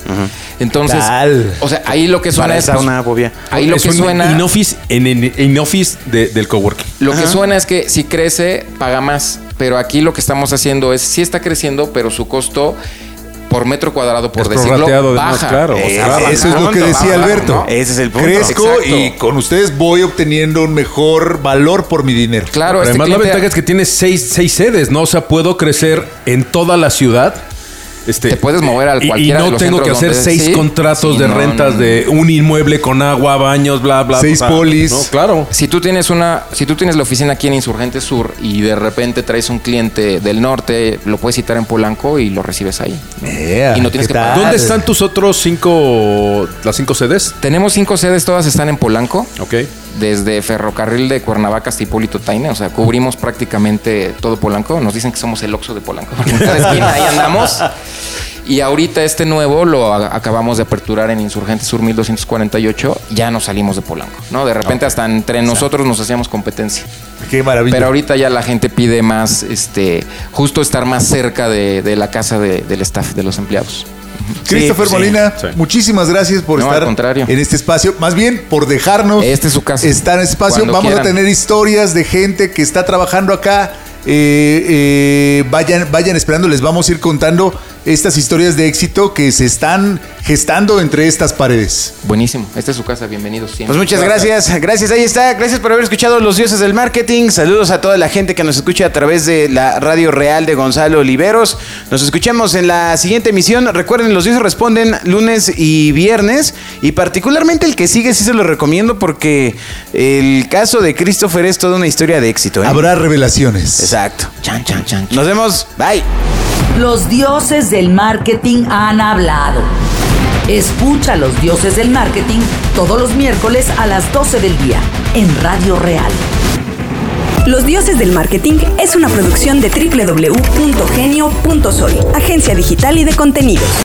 [SPEAKER 7] ¿no? Entonces,
[SPEAKER 8] Tal.
[SPEAKER 7] o sea, ahí lo que suena
[SPEAKER 3] Para
[SPEAKER 7] es
[SPEAKER 3] esa
[SPEAKER 7] pues,
[SPEAKER 3] una bobia.
[SPEAKER 7] ahí lo
[SPEAKER 5] es
[SPEAKER 7] que
[SPEAKER 5] un
[SPEAKER 7] suena
[SPEAKER 5] in-office- en en- in-office de- del coworking.
[SPEAKER 7] lo que suena es que si crece, paga más. Pero aquí lo que estamos haciendo es, sí está creciendo, pero su costo por metro cuadrado, por
[SPEAKER 5] Es
[SPEAKER 7] decirlo,
[SPEAKER 5] prorrateado de más,
[SPEAKER 7] baja.
[SPEAKER 5] claro. O
[SPEAKER 3] Eh,
[SPEAKER 5] sea,
[SPEAKER 3] Claro,
[SPEAKER 4] Eso es lo
[SPEAKER 3] punto,
[SPEAKER 4] que decía
[SPEAKER 3] claro,
[SPEAKER 4] Alberto.
[SPEAKER 7] ¿no?
[SPEAKER 3] Ese es el punto.
[SPEAKER 4] Crezco
[SPEAKER 7] Exacto.
[SPEAKER 4] y con ustedes voy obteniendo un mejor valor por mi dinero.
[SPEAKER 7] Claro,
[SPEAKER 5] Pero
[SPEAKER 7] este
[SPEAKER 5] además la
[SPEAKER 7] cliente-
[SPEAKER 5] ventaja es que tiene seis, seis sedes, ¿no? O sea, puedo crecer en toda la ciudad. Este,
[SPEAKER 7] Te puedes mover al
[SPEAKER 5] y- Y
[SPEAKER 7] cualquiera
[SPEAKER 5] no
[SPEAKER 7] de los
[SPEAKER 5] tengo que
[SPEAKER 7] centros
[SPEAKER 5] hacer
[SPEAKER 7] donde-
[SPEAKER 5] seis
[SPEAKER 7] sí,
[SPEAKER 5] contratos
[SPEAKER 7] sí,
[SPEAKER 5] de
[SPEAKER 7] no,
[SPEAKER 5] rentas
[SPEAKER 7] no, no.
[SPEAKER 5] de un inmueble con agua, baños, bla, bla.
[SPEAKER 4] Seis polis.
[SPEAKER 5] No, claro.
[SPEAKER 7] Si tú tienes una, si tú tienes la oficina aquí en Insurgente Sur y de repente traes un cliente del norte, lo puedes citar en Polanco y lo recibes ahí. ¿no?
[SPEAKER 4] Yeah,
[SPEAKER 7] y no tienes
[SPEAKER 4] ¿qué
[SPEAKER 7] que
[SPEAKER 4] tal?
[SPEAKER 7] pagar.
[SPEAKER 5] ¿Dónde están tus otros cinco, las cinco sedes?
[SPEAKER 7] Tenemos cinco sedes, todas están en Polanco.
[SPEAKER 5] Ok.
[SPEAKER 7] desde Ferrocarril de Cuernavaca hasta Hipólito Taine, o sea, cubrimos prácticamente todo Polanco. Nos dicen que somos el Oxxo de Polanco. En cada esquina ahí andamos. Y ahorita este nuevo lo a- acabamos de aperturar en Insurgente Sur 1248, ya nos salimos de Polanco, ¿no? De repente hasta entre nosotros nos hacíamos competencia.
[SPEAKER 4] Qué maravilla.
[SPEAKER 7] Pero ahorita ya la gente pide más, este, justo estar más cerca de, de la casa de- del staff, de los empleados.
[SPEAKER 4] Christopher
[SPEAKER 5] Sí,
[SPEAKER 4] Molina,
[SPEAKER 5] sí.
[SPEAKER 4] muchísimas gracias por
[SPEAKER 7] No, al
[SPEAKER 4] estar
[SPEAKER 7] contrario.
[SPEAKER 4] en este espacio. Más bien, por dejarnos
[SPEAKER 7] Este es su casa.
[SPEAKER 4] estar en este espacio.
[SPEAKER 7] Cuando
[SPEAKER 4] Vamos
[SPEAKER 7] quieran.
[SPEAKER 4] a tener historias de gente que está trabajando acá. Eh, eh, vayan, vayan esperando, les vamos a ir contando estas historias de éxito que se están gestando entre estas paredes.
[SPEAKER 7] Buenísimo, esta es su casa, bienvenidos siempre.
[SPEAKER 3] Pues muchas gracias, gracias, ahí está. Gracias por haber escuchado Los Dioses del Marketing. Saludos a toda la gente que nos escucha a través de la radio real de Gonzalo Oliveros. Nos escuchamos en la siguiente emisión. Recuerden, Los Dioses responden lunes y viernes. Y particularmente el que sigue sí se lo recomiendo porque el caso de Christopher es toda una historia de éxito. ¿eh?
[SPEAKER 4] Habrá
[SPEAKER 3] Exacto.
[SPEAKER 4] revelaciones.
[SPEAKER 7] Chan, chan, chan, chan.
[SPEAKER 3] Nos vemos. Bye.
[SPEAKER 2] Los dioses del marketing han hablado. Escucha a los dioses del marketing todos los miércoles a las 12 del día en Radio Real.
[SPEAKER 1] Los Dioses del Marketing es una producción de www.genio.sol, agencia digital y de contenidos.